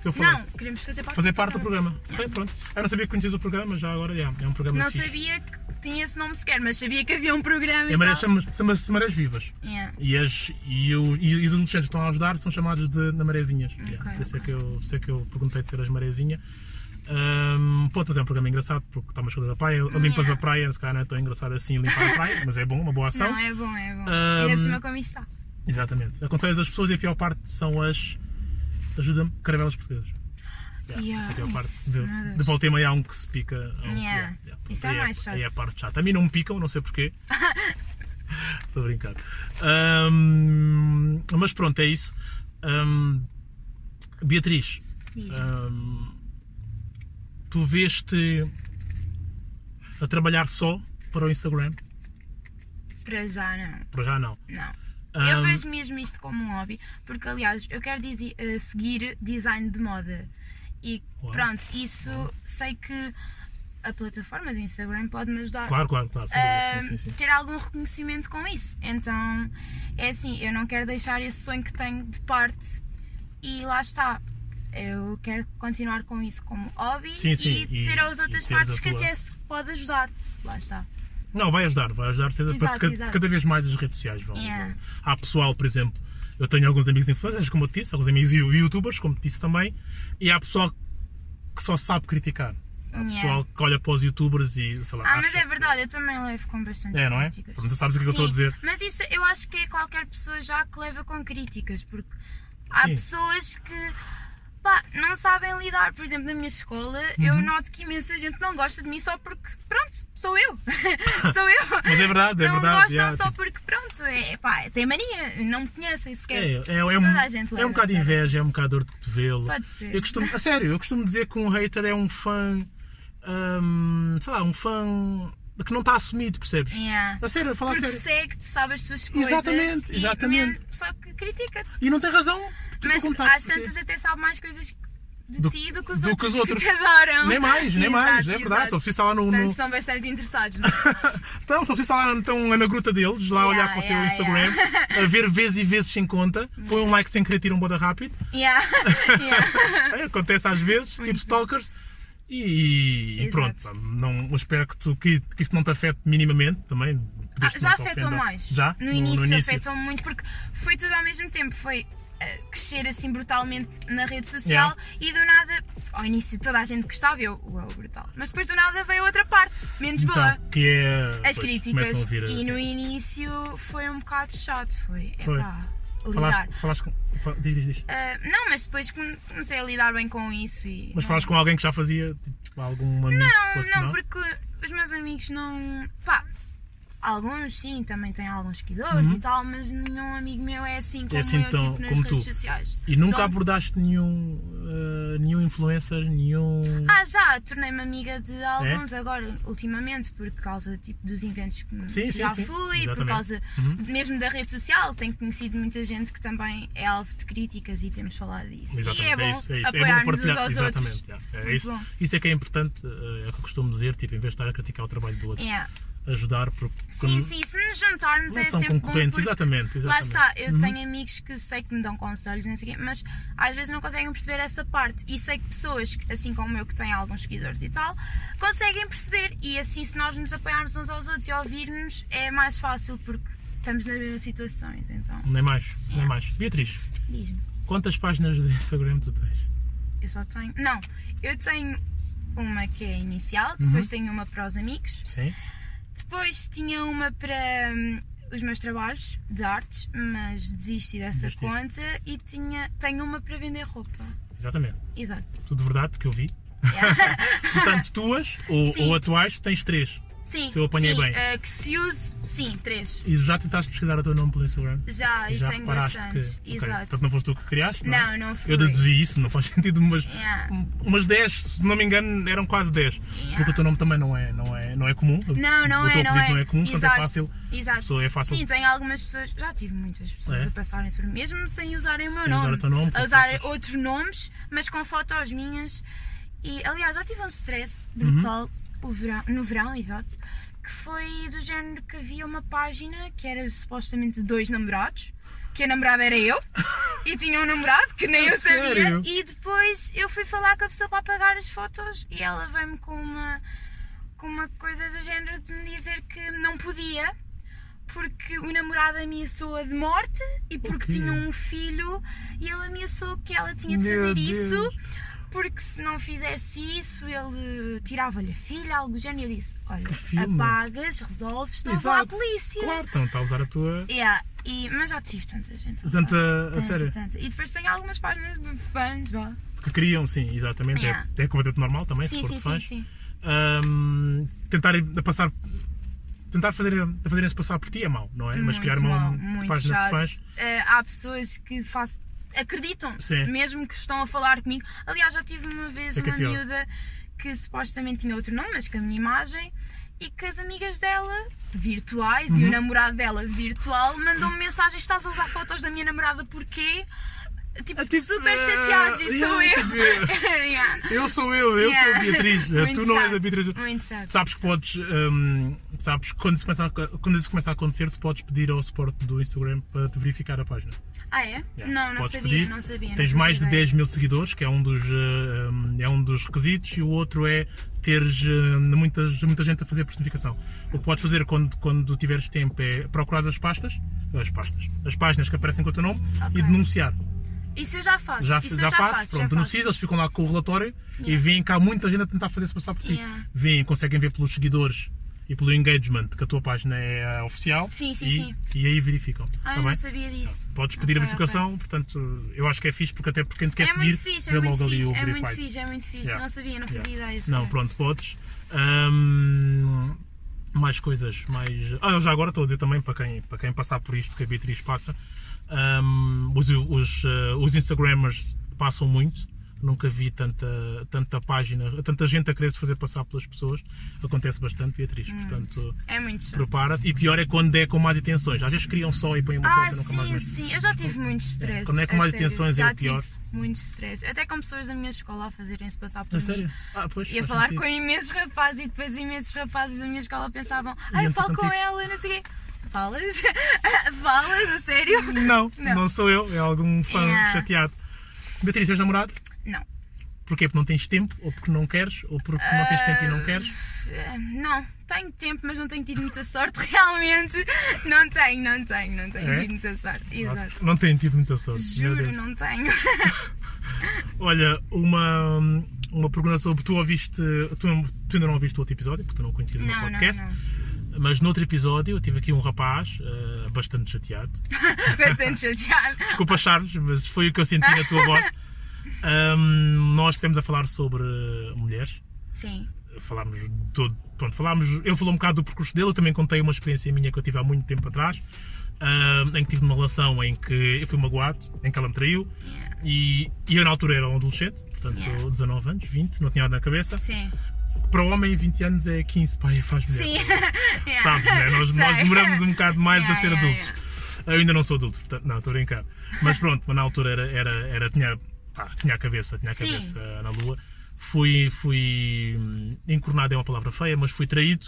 Speaker 1: Que eu falei.
Speaker 2: Não, queremos fazer parte
Speaker 1: Fazer parte do programa. Ok, pronto. Eu não sabia que conhecias o programa, já agora yeah, é um programa
Speaker 2: Não
Speaker 1: fixe.
Speaker 2: sabia que tinha esse nome sequer, mas sabia que havia um programa.
Speaker 1: É,
Speaker 2: e
Speaker 1: Maria-
Speaker 2: tal.
Speaker 1: chama- Chama-se Marés Vivas.
Speaker 2: Yeah.
Speaker 1: E, as, e, o- e os adolescentes que estão a ajudar são chamados de na marezinhas. Yeah, por, isso é que eu, por isso é que eu perguntei de ser as marezinha. Ahm, pronto, mas é um programa engraçado porque está uma escola da praia, limpas
Speaker 2: Yeah.
Speaker 1: a praia, se calhar não é tão engraçado assim limpar a praia, mas é bom, uma boa ação.
Speaker 2: Não, é bom, é bom.
Speaker 1: Ahm.
Speaker 2: Ainda por cima como isto está.
Speaker 1: Exatamente. Aconselhas as pessoas e a pior parte são as. Ajuda-me, caravelas portuguesas.
Speaker 2: Yeah,
Speaker 1: Essa é a pior parte.
Speaker 2: isso, meu
Speaker 1: De,
Speaker 2: Deus.
Speaker 1: de volta e meia há um que se pica. há um que-
Speaker 2: Yeah.
Speaker 1: pronto,
Speaker 2: Isso é
Speaker 1: aí
Speaker 2: mais chato.
Speaker 1: Aí é a parte chata. A mim não me picam, não
Speaker 2: *laughs*
Speaker 1: sei porquê. Estou a brincar. Ahm, mas pronto, é isso. Ahm, Beatriz,
Speaker 2: Diz.
Speaker 1: ahm, tu veste a trabalhar só para o Instagram?
Speaker 2: Para já, não.
Speaker 1: Para já não.
Speaker 2: Não.
Speaker 1: Ahm.
Speaker 2: Eu vejo mesmo isto como um hobby, porque aliás eu quero dizi- eh, seguir design de moda. E
Speaker 1: Uau.
Speaker 2: pronto, isso sei que a plataforma do Instagram pode me ajudar
Speaker 1: Claro, claro, claro. sem
Speaker 2: a
Speaker 1: dúvida, sim, sim, sim.
Speaker 2: ter algum reconhecimento com isso. Então é assim, eu não quero deixar esse sonho que tenho de parte e lá está. Eu quero continuar com isso como hobby
Speaker 1: Sim, sim,
Speaker 2: e
Speaker 1: e-
Speaker 2: ter as
Speaker 1: e
Speaker 2: outras
Speaker 1: teres a
Speaker 2: partes que
Speaker 1: tua-
Speaker 2: até se pode ajudar. Lá está.
Speaker 1: Não, vai ajudar, vai ajudar, certeza,
Speaker 2: Exato,
Speaker 1: porque cada,
Speaker 2: exato.
Speaker 1: cada vez mais as redes sociais vão.
Speaker 2: Yeah.
Speaker 1: vão- Há pessoal, por exemplo, eu tenho alguns amigos influencers, como eu te disse, alguns amigos you- youtubers, como te disse também, e há pessoal que só sabe criticar. Há
Speaker 2: Yeah.
Speaker 1: pessoal que olha para os youtubers e sei lá.
Speaker 2: Ah, mas
Speaker 1: acha-
Speaker 2: é verdade, eu também levo com bastante
Speaker 1: É, não é?
Speaker 2: críticas.
Speaker 1: Pronto, sabes o que eu estou a
Speaker 2: Sim,
Speaker 1: dizer.
Speaker 2: Mas isso eu acho que é qualquer pessoa já que leva com críticas, porque há
Speaker 1: Sim.
Speaker 2: pessoas que pá, não sabem lidar. Por exemplo, na minha escola
Speaker 1: Uhum.
Speaker 2: eu noto que imensa gente não gosta de mim só porque pronto, sou eu. *laughs* sou eu.
Speaker 1: Mas é verdade, é
Speaker 2: não
Speaker 1: verdade,
Speaker 2: gostam
Speaker 1: yeah,
Speaker 2: só
Speaker 1: tipo-
Speaker 2: porque pronto, é, pá, tem mania, não me conhecem sequer.
Speaker 1: É, é, é um,
Speaker 2: Toda a gente
Speaker 1: é um
Speaker 2: leva,
Speaker 1: bocado de
Speaker 2: toda a
Speaker 1: inveja, é um bocado dor de cotovelo.
Speaker 2: Pode ser.
Speaker 1: Eu costumo, a sério, eu costumo dizer que um hater é um fã. hum, sei lá, um fã que não está assumido, percebes?
Speaker 2: Yeah.
Speaker 1: A sério, a falar a
Speaker 2: É. Porque
Speaker 1: sério.
Speaker 2: segue-te, sabe as tuas coisas.
Speaker 1: Exatamente,
Speaker 2: e
Speaker 1: exatamente.
Speaker 2: men- Só que critica-te.
Speaker 1: E não tem razão. tipo,
Speaker 2: Mas
Speaker 1: contar,
Speaker 2: às
Speaker 1: porque-
Speaker 2: tantas até sabe mais coisas de
Speaker 1: Do-
Speaker 2: ti do que os,
Speaker 1: do que
Speaker 2: outros,
Speaker 1: os
Speaker 2: que
Speaker 1: outros.
Speaker 2: te adoram.
Speaker 1: Nem mais, nem mais,
Speaker 2: Exato,
Speaker 1: é verdade.
Speaker 2: exato.
Speaker 1: Só preciso estar lá no. no...
Speaker 2: Portanto, são bastante interessados.
Speaker 1: *laughs* Então, só preciso estar lá então, na gruta deles, lá a olhar
Speaker 2: Yeah,
Speaker 1: para o teu
Speaker 2: yeah, *laughs*
Speaker 1: Instagram, a ver vezes e vezes sem conta, põe um like sem querer tirar um
Speaker 2: *laughs*
Speaker 1: boda rápido.
Speaker 2: yeah. yeah.
Speaker 1: É, acontece às vezes, tipo stalkers. E, e
Speaker 2: Exato.
Speaker 1: pronto, pá, não, eu espero que, tu, que, que isso não te afete minimamente também.
Speaker 2: Ah,
Speaker 1: desde que
Speaker 2: já
Speaker 1: não te
Speaker 2: afetam
Speaker 1: ofenda.
Speaker 2: mais.
Speaker 1: Já?
Speaker 2: No, início, afetam muito porque foi tudo ao mesmo tempo. Foi eh, crescer assim brutalmente na rede social e do nada, ao início toda a gente gostava, eu, uau, brutal. Mas depois do nada veio outra parte, menos boa.
Speaker 1: Então, que é.
Speaker 2: As
Speaker 1: pois,
Speaker 2: críticas.
Speaker 1: começam a vir
Speaker 2: e
Speaker 1: assim.
Speaker 2: no início foi um bocado chato. Foi.
Speaker 1: Foi.
Speaker 2: Epá, lidar.
Speaker 1: Falaste, falaste com. fa- Diz, diz, diz.
Speaker 2: Ah, não, mas depois come- comecei a lidar bem com isso e.
Speaker 1: Mas
Speaker 2: não-
Speaker 1: falaste com alguém que já fazia, tipo, algum amigo que
Speaker 2: Não,
Speaker 1: fosse,
Speaker 2: não, porque os meus amigos não. Pá, alguns sim, também têm alguns seguidores e tal, mas nenhum amigo meu é assim como
Speaker 1: Uhum. assim
Speaker 2: eu,
Speaker 1: tão-
Speaker 2: tipo, nas
Speaker 1: como
Speaker 2: redes
Speaker 1: tu.
Speaker 2: sociais.
Speaker 1: E nunca
Speaker 2: Dou-
Speaker 1: abordaste nenhum, eh, nenhum influencer, nenhum.
Speaker 2: Ah, já, tornei-me amiga
Speaker 1: É?
Speaker 2: de alguns agora, ultimamente, por causa tipo, dos eventos que
Speaker 1: Sim,
Speaker 2: que
Speaker 1: sim,
Speaker 2: já
Speaker 1: sim.
Speaker 2: fui, por
Speaker 1: Exatamente. Uhum.
Speaker 2: causa mesmo da rede social. Tenho conhecido muita gente que também é alvo de críticas e temos falado disso. E é bom apoiarmos uns aos outros.
Speaker 1: Exatamente. yeah. É
Speaker 2: Muito
Speaker 1: isso.
Speaker 2: bom.
Speaker 1: isso é que é importante, eh, é o que eu costumo dizer, tipo, em vez de estar a criticar o trabalho do outro,
Speaker 2: Yeah.
Speaker 1: ajudar. Porque
Speaker 2: Sim, sim, se nos juntarmos
Speaker 1: Uhum. Não
Speaker 2: é
Speaker 1: são
Speaker 2: sempre bom
Speaker 1: concorrentes,
Speaker 2: porque-
Speaker 1: exatamente, Uhum.
Speaker 2: Lá
Speaker 1: exatamente.
Speaker 2: está, eu tenho amigos que sei que me dão conselhos, não sei o quê, mas às vezes não conseguem perceber essa parte. E sei que pessoas, assim como eu, que têm alguns seguidores e tal, conseguem perceber. E assim, se nós nos apoiarmos uns aos outros e ouvirmos, é mais fácil porque estamos nas mesmas situações. Então,
Speaker 1: Nem é mais, nem mais. Beatriz,
Speaker 2: diz-me,
Speaker 1: quantas páginas de Instagram tu tens?
Speaker 2: eu só tenho. Não, eu tenho uma que é inicial, depois
Speaker 1: Uhum.
Speaker 2: tenho uma para os amigos,
Speaker 1: Sim.
Speaker 2: depois tinha uma para. hum, os meus trabalhos de artes, mas desisti dessa
Speaker 1: Desististe.
Speaker 2: conta e tinha, tenho uma para vender roupa.
Speaker 1: Exatamente.
Speaker 2: Exato.
Speaker 1: Tudo verdade que eu vi.
Speaker 2: Yeah.
Speaker 1: *laughs* Portanto, tuas ou,
Speaker 2: É. Sim.
Speaker 1: ou atuais, tu tens três.
Speaker 2: Sim.
Speaker 1: Se eu apanhei
Speaker 2: sim,
Speaker 1: bem.
Speaker 2: eh, que se use, sim, três.
Speaker 1: E já tentaste pesquisar o teu nome pelo Instagram?
Speaker 2: Já,
Speaker 1: E
Speaker 2: e
Speaker 1: já
Speaker 2: tenho
Speaker 1: reparaste
Speaker 2: bastantes.
Speaker 1: que. ok,
Speaker 2: é Exato.
Speaker 1: Portanto, não foste tu que criaste? Não, é?
Speaker 2: Não, não fui.
Speaker 1: Eu deduzi isso, não faz *laughs* sentido, mas.
Speaker 2: Yeah.
Speaker 1: um- Umas 10, se não me engano, eram quase 10. Porque o teu nome também não é, não é, não é comum.
Speaker 2: Não, não
Speaker 1: o teu
Speaker 2: é, não
Speaker 1: apelido
Speaker 2: é.
Speaker 1: não é comum, portanto é fácil.
Speaker 2: Exato.
Speaker 1: pessoa é fácil.
Speaker 2: Sim, tem algumas pessoas. Já tive muitas pessoas
Speaker 1: É?
Speaker 2: a passarem sobre mim, mesmo sem usarem o meu
Speaker 1: Sem
Speaker 2: nome.
Speaker 1: usar o teu nome, com
Speaker 2: a usar
Speaker 1: fotos.
Speaker 2: outros nomes, mas com fotos minhas. E aliás, já tive um stress
Speaker 1: Uhum.
Speaker 2: brutal o verão- no verão, exato. Que foi do género que havia uma página que era supostamente dois namorados. Que a namorada era
Speaker 1: *laughs*
Speaker 2: eu e tinha um namorado que nem
Speaker 1: A
Speaker 2: eu sabia.
Speaker 1: sério?
Speaker 2: E depois eu fui falar com a pessoa para apagar as fotos e ela veio-me com uma, com uma coisa do género de me dizer que não podia porque o namorado ameaçou-a de morte e porque
Speaker 1: quê?
Speaker 2: tinha um filho e ele ameaçou que ela tinha de
Speaker 1: Meu
Speaker 2: fazer
Speaker 1: Deus.
Speaker 2: isso porque se não fizesse isso ele tirava-lhe a filha, algo do género. E eu disse: Olha,
Speaker 1: filme.
Speaker 2: apagas, resolves, estão lá a
Speaker 1: Exato.
Speaker 2: polícia.
Speaker 1: Claro, então está a usar a tua.
Speaker 2: Yeah, e- mas já tive tanta gente. a
Speaker 1: Portanto,
Speaker 2: usar.
Speaker 1: a, a
Speaker 2: Tanta,
Speaker 1: sério.
Speaker 2: tanta. E depois tenho algumas páginas de fãs, vá.
Speaker 1: Que criam, sim, exatamente.
Speaker 2: Yeah.
Speaker 1: É, é completamente normal também, se
Speaker 2: Sim,
Speaker 1: for
Speaker 2: sim,
Speaker 1: de fãs.
Speaker 2: sim, sim.
Speaker 1: Ahm, tentar a passar. Tentar fazer, fazerem-se passar por ti é mau, não é? Mas
Speaker 2: Muito
Speaker 1: criar uma,
Speaker 2: mal,
Speaker 1: uma
Speaker 2: muito
Speaker 1: página
Speaker 2: chato.
Speaker 1: de fãs.
Speaker 2: Eh, há pessoas que faz- acreditam,
Speaker 1: Sim.
Speaker 2: mesmo que estão a falar comigo. Aliás, já tive uma vez
Speaker 1: É que é
Speaker 2: uma
Speaker 1: pior.
Speaker 2: miúda que supostamente tinha outro nome, mas com a minha imagem, e que as amigas dela, virtuais,
Speaker 1: Uhum.
Speaker 2: e o namorado dela, virtual, mandou-me mensagem: estás a usar fotos da minha namorada, porquê? Tipo,
Speaker 1: tipo,
Speaker 2: super
Speaker 1: eh,
Speaker 2: chateados, e sou
Speaker 1: yeah,
Speaker 2: eu. *laughs* Yeah.
Speaker 1: Eu sou eu, eu
Speaker 2: Yeah.
Speaker 1: sou a
Speaker 2: *laughs*
Speaker 1: Beatriz.
Speaker 2: Muito
Speaker 1: tu não és
Speaker 2: chato,
Speaker 1: a Beatriz.
Speaker 2: Muito chato.
Speaker 1: Sabes que podes. ahm, sabes que quando isso, começa a, quando isso começa a acontecer, tu podes pedir ao suporte do Instagram para te verificar a página.
Speaker 2: Ah, é?
Speaker 1: Yeah.
Speaker 2: Não, não
Speaker 1: Podes
Speaker 2: sabia,
Speaker 1: pedir.
Speaker 2: não sabia. não
Speaker 1: Tens
Speaker 2: fazia
Speaker 1: mais de
Speaker 2: ideia.
Speaker 1: 10 mil seguidores, que é um dos, eh, um, é um dos requisitos, e o outro é teres eh, muitas, muita gente a fazer personificação. O que podes fazer quando, quando tiveres tempo é procurar as pastas, as pastas, as páginas que aparecem com o teu nome
Speaker 2: Ok.
Speaker 1: e denunciar.
Speaker 2: Isso eu já faço.
Speaker 1: Já,
Speaker 2: isso eu
Speaker 1: já, faço,
Speaker 2: já
Speaker 1: pronto, denuncias, eles ficam lá com o relatório e vêm cá muita gente a tentar fazer-se passar por ti.
Speaker 2: Yeah.
Speaker 1: Vêm, conseguem ver pelos seguidores e pelo engagement que a tua página é a oficial
Speaker 2: Sim, sim,
Speaker 1: e,
Speaker 2: sim.
Speaker 1: e aí verificam.
Speaker 2: Ah,
Speaker 1: tá
Speaker 2: eu
Speaker 1: bem?
Speaker 2: não sabia disso.
Speaker 1: Podes pedir
Speaker 2: Ok,
Speaker 1: a verificação, portanto, eu acho que é fixe, porque até porque quem te quer
Speaker 2: é
Speaker 1: seguir,
Speaker 2: muito fixe,
Speaker 1: vê
Speaker 2: é muito
Speaker 1: logo ali
Speaker 2: fixe,
Speaker 1: o
Speaker 2: é muito
Speaker 1: verified.
Speaker 2: fixe, é muito fixe.
Speaker 1: Yeah.
Speaker 2: Não sabia, não fazia
Speaker 1: Yeah.
Speaker 2: ideia.
Speaker 1: Não,
Speaker 2: sequer.
Speaker 1: pronto, podes. Ahm, mais coisas, mais. Ah, eu já agora estou a dizer também para quem, para quem passar por isto que a Beatriz passa. ahm, os, os, ah, os Instagrammers passam muito. Nunca vi tanta, tanta página, tanta gente a querer se fazer passar pelas pessoas. Acontece bastante, Beatriz. Portanto,
Speaker 2: É muito chato.
Speaker 1: prepara-te. E pior é quando é com más intenções. Às vezes criam só e põem uma
Speaker 2: Ah,
Speaker 1: foto e nunca mais
Speaker 2: sim,
Speaker 1: mexem.
Speaker 2: sim. Eu já tive muito stress.
Speaker 1: Quando é que
Speaker 2: a
Speaker 1: mais
Speaker 2: sério.
Speaker 1: tensões é
Speaker 2: já
Speaker 1: o pior?
Speaker 2: Tive muito stress. Até com pessoas da minha escola a fazerem-se passar por
Speaker 1: A
Speaker 2: mim.
Speaker 1: sério? Ah, pois,
Speaker 2: E a
Speaker 1: faz
Speaker 2: falar
Speaker 1: sentido.
Speaker 2: com imensos rapazes e depois imensos rapazes da minha escola pensavam Ai, eu
Speaker 1: entra
Speaker 2: falo com
Speaker 1: então contigo."
Speaker 2: ela, não sei o quê. Falas? *laughs* Falas? A sério?
Speaker 1: Não, não,
Speaker 2: Não.
Speaker 1: sou eu, é algum fã
Speaker 2: Yeah.
Speaker 1: chateado. Beatriz, és namorado?
Speaker 2: Não.
Speaker 1: Porquê? Porque não tens tempo, ou porque não queres, ou porque não tens tempo e não queres?
Speaker 2: Eh, Não, tenho tempo, mas não tenho tido muita sorte, *laughs* realmente. Não tenho, não tenho, não tenho
Speaker 1: É?
Speaker 2: tido muita sorte. Exato.
Speaker 1: Não tenho tido muita sorte. meu
Speaker 2: Juro,
Speaker 1: Deus.
Speaker 2: não tenho.
Speaker 1: Olha, uma, uma pergunta sobre. Tu ouviste. Tu, tu ainda não ouviste o outro episódio, porque tu não conheces o meu
Speaker 2: Não, não,
Speaker 1: podcast. Mas no outro episódio eu tive aqui um rapaz eh, bastante chateado.
Speaker 2: Bastante chateado. *laughs*
Speaker 1: Desculpa, Charles, mas foi o que eu senti na tua voz. Ahm, nós estivemos a falar sobre mulheres.
Speaker 2: Sim.
Speaker 1: falámos todo, pronto, falámos, ele falou um bocado do percurso dele, eu também contei uma experiência minha que eu tive há muito tempo atrás, ahm, em que tive uma relação em que eu fui magoado, em que ela me traiu, e, e eu na altura era um adolescente, portanto
Speaker 2: Yeah.
Speaker 1: 19 anos, 20, não tinha nada na cabeça.
Speaker 2: Sim.
Speaker 1: Para o homem 20 anos é 15, pai, faz mulher.
Speaker 2: Sim.
Speaker 1: Sabes, né? nós, nós
Speaker 2: Sei.
Speaker 1: demoramos um bocado mais
Speaker 2: Yeah,
Speaker 1: a ser
Speaker 2: yeah,
Speaker 1: adultos. Eu ainda não sou adulto, portanto, não, estou a brincar. Mas pronto, mas na altura era, era, era tinha, pá, tinha a cabeça, tinha a
Speaker 2: Sim.
Speaker 1: cabeça eh, na lua. Fui, fui hum, encornado é uma palavra feia, mas fui traído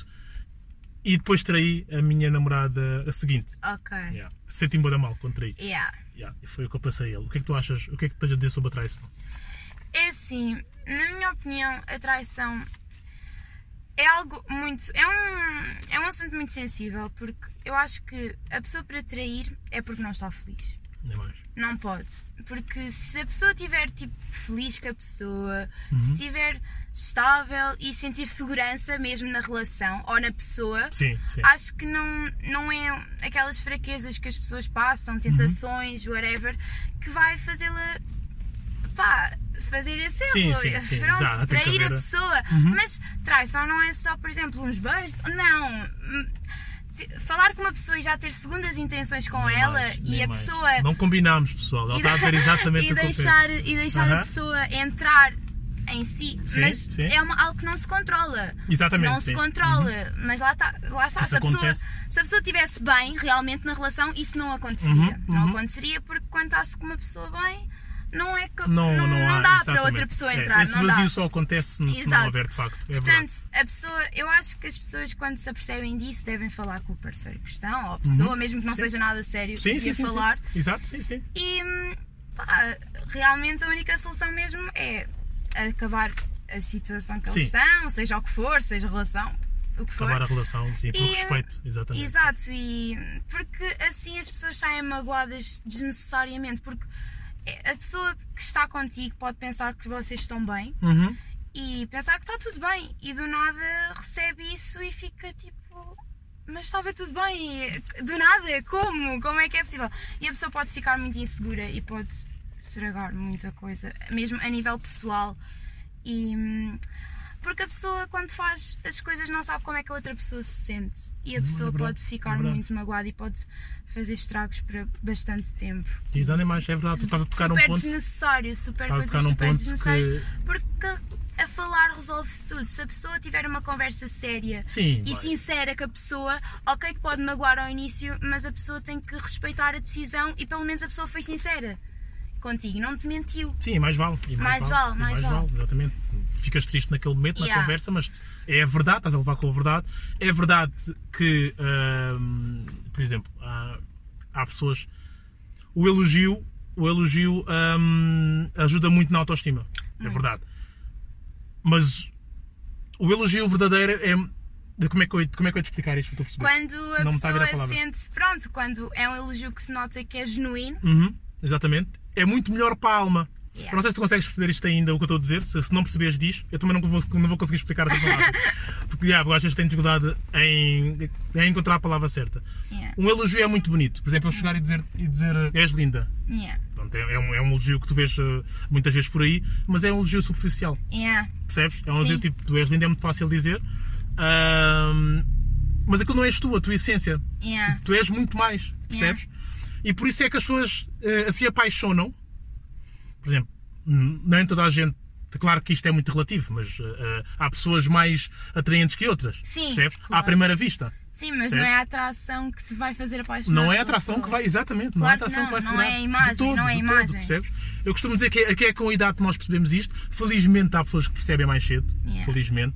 Speaker 1: E depois traí a minha namorada a seguinte.
Speaker 2: Ok. Yeah.
Speaker 1: Yeah. Senti-me bué da mal quando traí. Yeah. E foi o que eu passei a ele. O que é que tu achas? O que é que tens a dizer sobre a traição?
Speaker 2: É assim, na minha opinião, a traição é algo muito. É um, é um assunto muito sensível, porque eu acho que a pessoa para trair é porque não está feliz.
Speaker 1: Nem mais.
Speaker 2: Não pode. Porque se a pessoa estiver tipo, feliz com a pessoa, se estiver estável e sentir segurança mesmo na relação ou na pessoa,
Speaker 1: Sim, sim.
Speaker 2: acho que não, não é aquelas fraquezas que as pessoas passam, tentações,
Speaker 1: Uhum.
Speaker 2: whatever, que vai fazê-la pá, fazer esse
Speaker 1: Sim,
Speaker 2: erro,
Speaker 1: sim, sim,
Speaker 2: pronto,
Speaker 1: exato, tem que
Speaker 2: trair a
Speaker 1: haver uh, Uhum. a-
Speaker 2: pessoa. Mas traição não é só, por exemplo, uns beijos, não. Hum, te- Falar com uma pessoa e já ter segundas intenções com
Speaker 1: Nem
Speaker 2: ela
Speaker 1: mais,
Speaker 2: e
Speaker 1: nem
Speaker 2: a
Speaker 1: mais.
Speaker 2: pessoa
Speaker 1: Não combinámos, pessoal. Ela está a ver exatamente
Speaker 2: *laughs* e
Speaker 1: o que
Speaker 2: deixar,
Speaker 1: eu penso.
Speaker 2: e deixar
Speaker 1: Aham.
Speaker 2: a pessoa entrar em si,
Speaker 1: Sim,
Speaker 2: mas
Speaker 1: sim.
Speaker 2: é uma- algo que não se controla.
Speaker 1: Exatamente,
Speaker 2: Não
Speaker 1: sim. Uhum.
Speaker 2: se controla, mas lá está, lá está.
Speaker 1: Se
Speaker 2: Se, a
Speaker 1: isso
Speaker 2: pessoa,
Speaker 1: acontece-
Speaker 2: se a pessoa estivesse bem realmente na relação, isso não aconteceria.
Speaker 1: Uhum,
Speaker 2: Não
Speaker 1: uhum.
Speaker 2: aconteceria porque quando está-se com uma pessoa bem, não é que
Speaker 1: Não, não, há,
Speaker 2: dá para
Speaker 1: exatamente.
Speaker 2: outra pessoa
Speaker 1: É,
Speaker 2: entrar.
Speaker 1: esse
Speaker 2: não dá.
Speaker 1: vazio só acontece se não- se não
Speaker 2: Exato.
Speaker 1: houver de facto. É verdade.
Speaker 2: Portanto, a pessoa, eu acho que as pessoas quando se apercebem disso devem falar com o parceiro em questão ou a pessoa, mesmo que não
Speaker 1: Uhum. Sim.
Speaker 2: seja nada sério,
Speaker 1: Sim,
Speaker 2: devia
Speaker 1: sim, sim,
Speaker 2: falar.
Speaker 1: sim. Exato, sim, sim.
Speaker 2: E hum, pá, realmente a única solução mesmo é acabar a situação que eles
Speaker 1: Sim.
Speaker 2: estão, seja o que for, seja a relação, o que for.
Speaker 1: Acabar a relação, sim, por
Speaker 2: E-
Speaker 1: respeito. Exatamente.
Speaker 2: Exato, e porque assim as pessoas saem magoadas desnecessariamente, porque é, a pessoa que está contigo pode pensar que vocês estão bem
Speaker 1: Uhum.
Speaker 2: e pensar que está tudo bem e do nada recebe isso e fica tipo mas estava tudo bem e do nada como como é que é possível e a pessoa pode ficar muito insegura e pode estragar muita coisa mesmo a nível pessoal e hum, porque a pessoa quando faz as coisas não sabe como é que a outra pessoa se sente e a pessoa
Speaker 1: verdade,
Speaker 2: pode ficar
Speaker 1: é verdade.
Speaker 2: muito magoada e pode fazer estragos para bastante tempo
Speaker 1: E dá nem mais, é verdade. Tu
Speaker 2: Tipo,
Speaker 1: estás a tocar num
Speaker 2: super
Speaker 1: ponto.
Speaker 2: desnecessário, super
Speaker 1: Estás a
Speaker 2: coisas
Speaker 1: tocar num
Speaker 2: super
Speaker 1: ponto
Speaker 2: desnecessárias. Porque a falar resolve-se tudo. Se a pessoa tiver uma conversa séria
Speaker 1: Sim,
Speaker 2: e
Speaker 1: vai.
Speaker 2: sincera com a pessoa, ok que pode magoar ao início, mas a pessoa tem que respeitar a decisão e pelo menos a pessoa foi sincera contigo, não te mentiu.
Speaker 1: Sim, é mais vale. E
Speaker 2: Mais vale,
Speaker 1: e
Speaker 2: mais vale.
Speaker 1: Exatamente. Ficas triste naquele momento, na
Speaker 2: Yeah.
Speaker 1: conversa, mas é a verdade, estás a levar com a verdade. É verdade que, hum, por exemplo, há, há pessoas. O elogio, o elogio hum, ajuda muito na autoestima. É verdade. Mas o elogio verdadeiro é. de- Como é que eu, como é que eu ia te explicar isto para tu perceber?
Speaker 2: Quando a
Speaker 1: Não me está a vir a
Speaker 2: pessoa
Speaker 1: palavra.
Speaker 2: sente, pronto, quando é um elogio que se nota que é genuíno,
Speaker 1: Uhum, exatamente. É muito melhor para a alma.
Speaker 2: Yeah.
Speaker 1: Eu não sei se tu consegues perceber isto ainda, o que eu estou a dizer. Se, se não perceberes, diz. Eu também não vou, não vou conseguir explicar
Speaker 2: *laughs*
Speaker 1: essa palavra. Porque yeah, eu às vezes tenho dificuldade em, em encontrar a palavra certa.
Speaker 2: Yeah.
Speaker 1: Um elogio é muito bonito. Por exemplo, eu chegar e dizer, e dizer és linda.
Speaker 2: yeah,
Speaker 1: Pronto, é, é um, é um elogio que tu vês eh, muitas vezes por aí, mas é um elogio superficial.
Speaker 2: yeah,
Speaker 1: Percebes? É um elogio
Speaker 2: Sim.
Speaker 1: tipo, tu és linda, é muito fácil dizer. Ahm, mas aquilo não és tu, a tua essência. Tipo,
Speaker 2: yeah.
Speaker 1: Tu és muito mais, percebes? E por isso é que as pessoas eh, se apaixonam. Por exemplo, hum, nem toda a gente. Claro que isto é muito relativo, mas eh, eh, há pessoas mais atraentes que outras.
Speaker 2: Sim,
Speaker 1: percebes? À
Speaker 2: claro.
Speaker 1: primeira vista.
Speaker 2: Sim, mas não
Speaker 1: Percebes?
Speaker 2: é a atração que te vai fazer apaixonar.
Speaker 1: Não é a
Speaker 2: pela
Speaker 1: atração
Speaker 2: pessoa.
Speaker 1: que vai. Exatamente, não é a
Speaker 2: Claro que
Speaker 1: atração
Speaker 2: não,
Speaker 1: que vai
Speaker 2: não
Speaker 1: segurar.
Speaker 2: é a imagem,
Speaker 1: de todo,
Speaker 2: não é a
Speaker 1: de
Speaker 2: imagem.
Speaker 1: Todo, percebes? Eu costumo dizer que é, que é com a idade que nós percebemos isto. Felizmente há pessoas que percebem mais cedo.
Speaker 2: Yeah.
Speaker 1: Felizmente.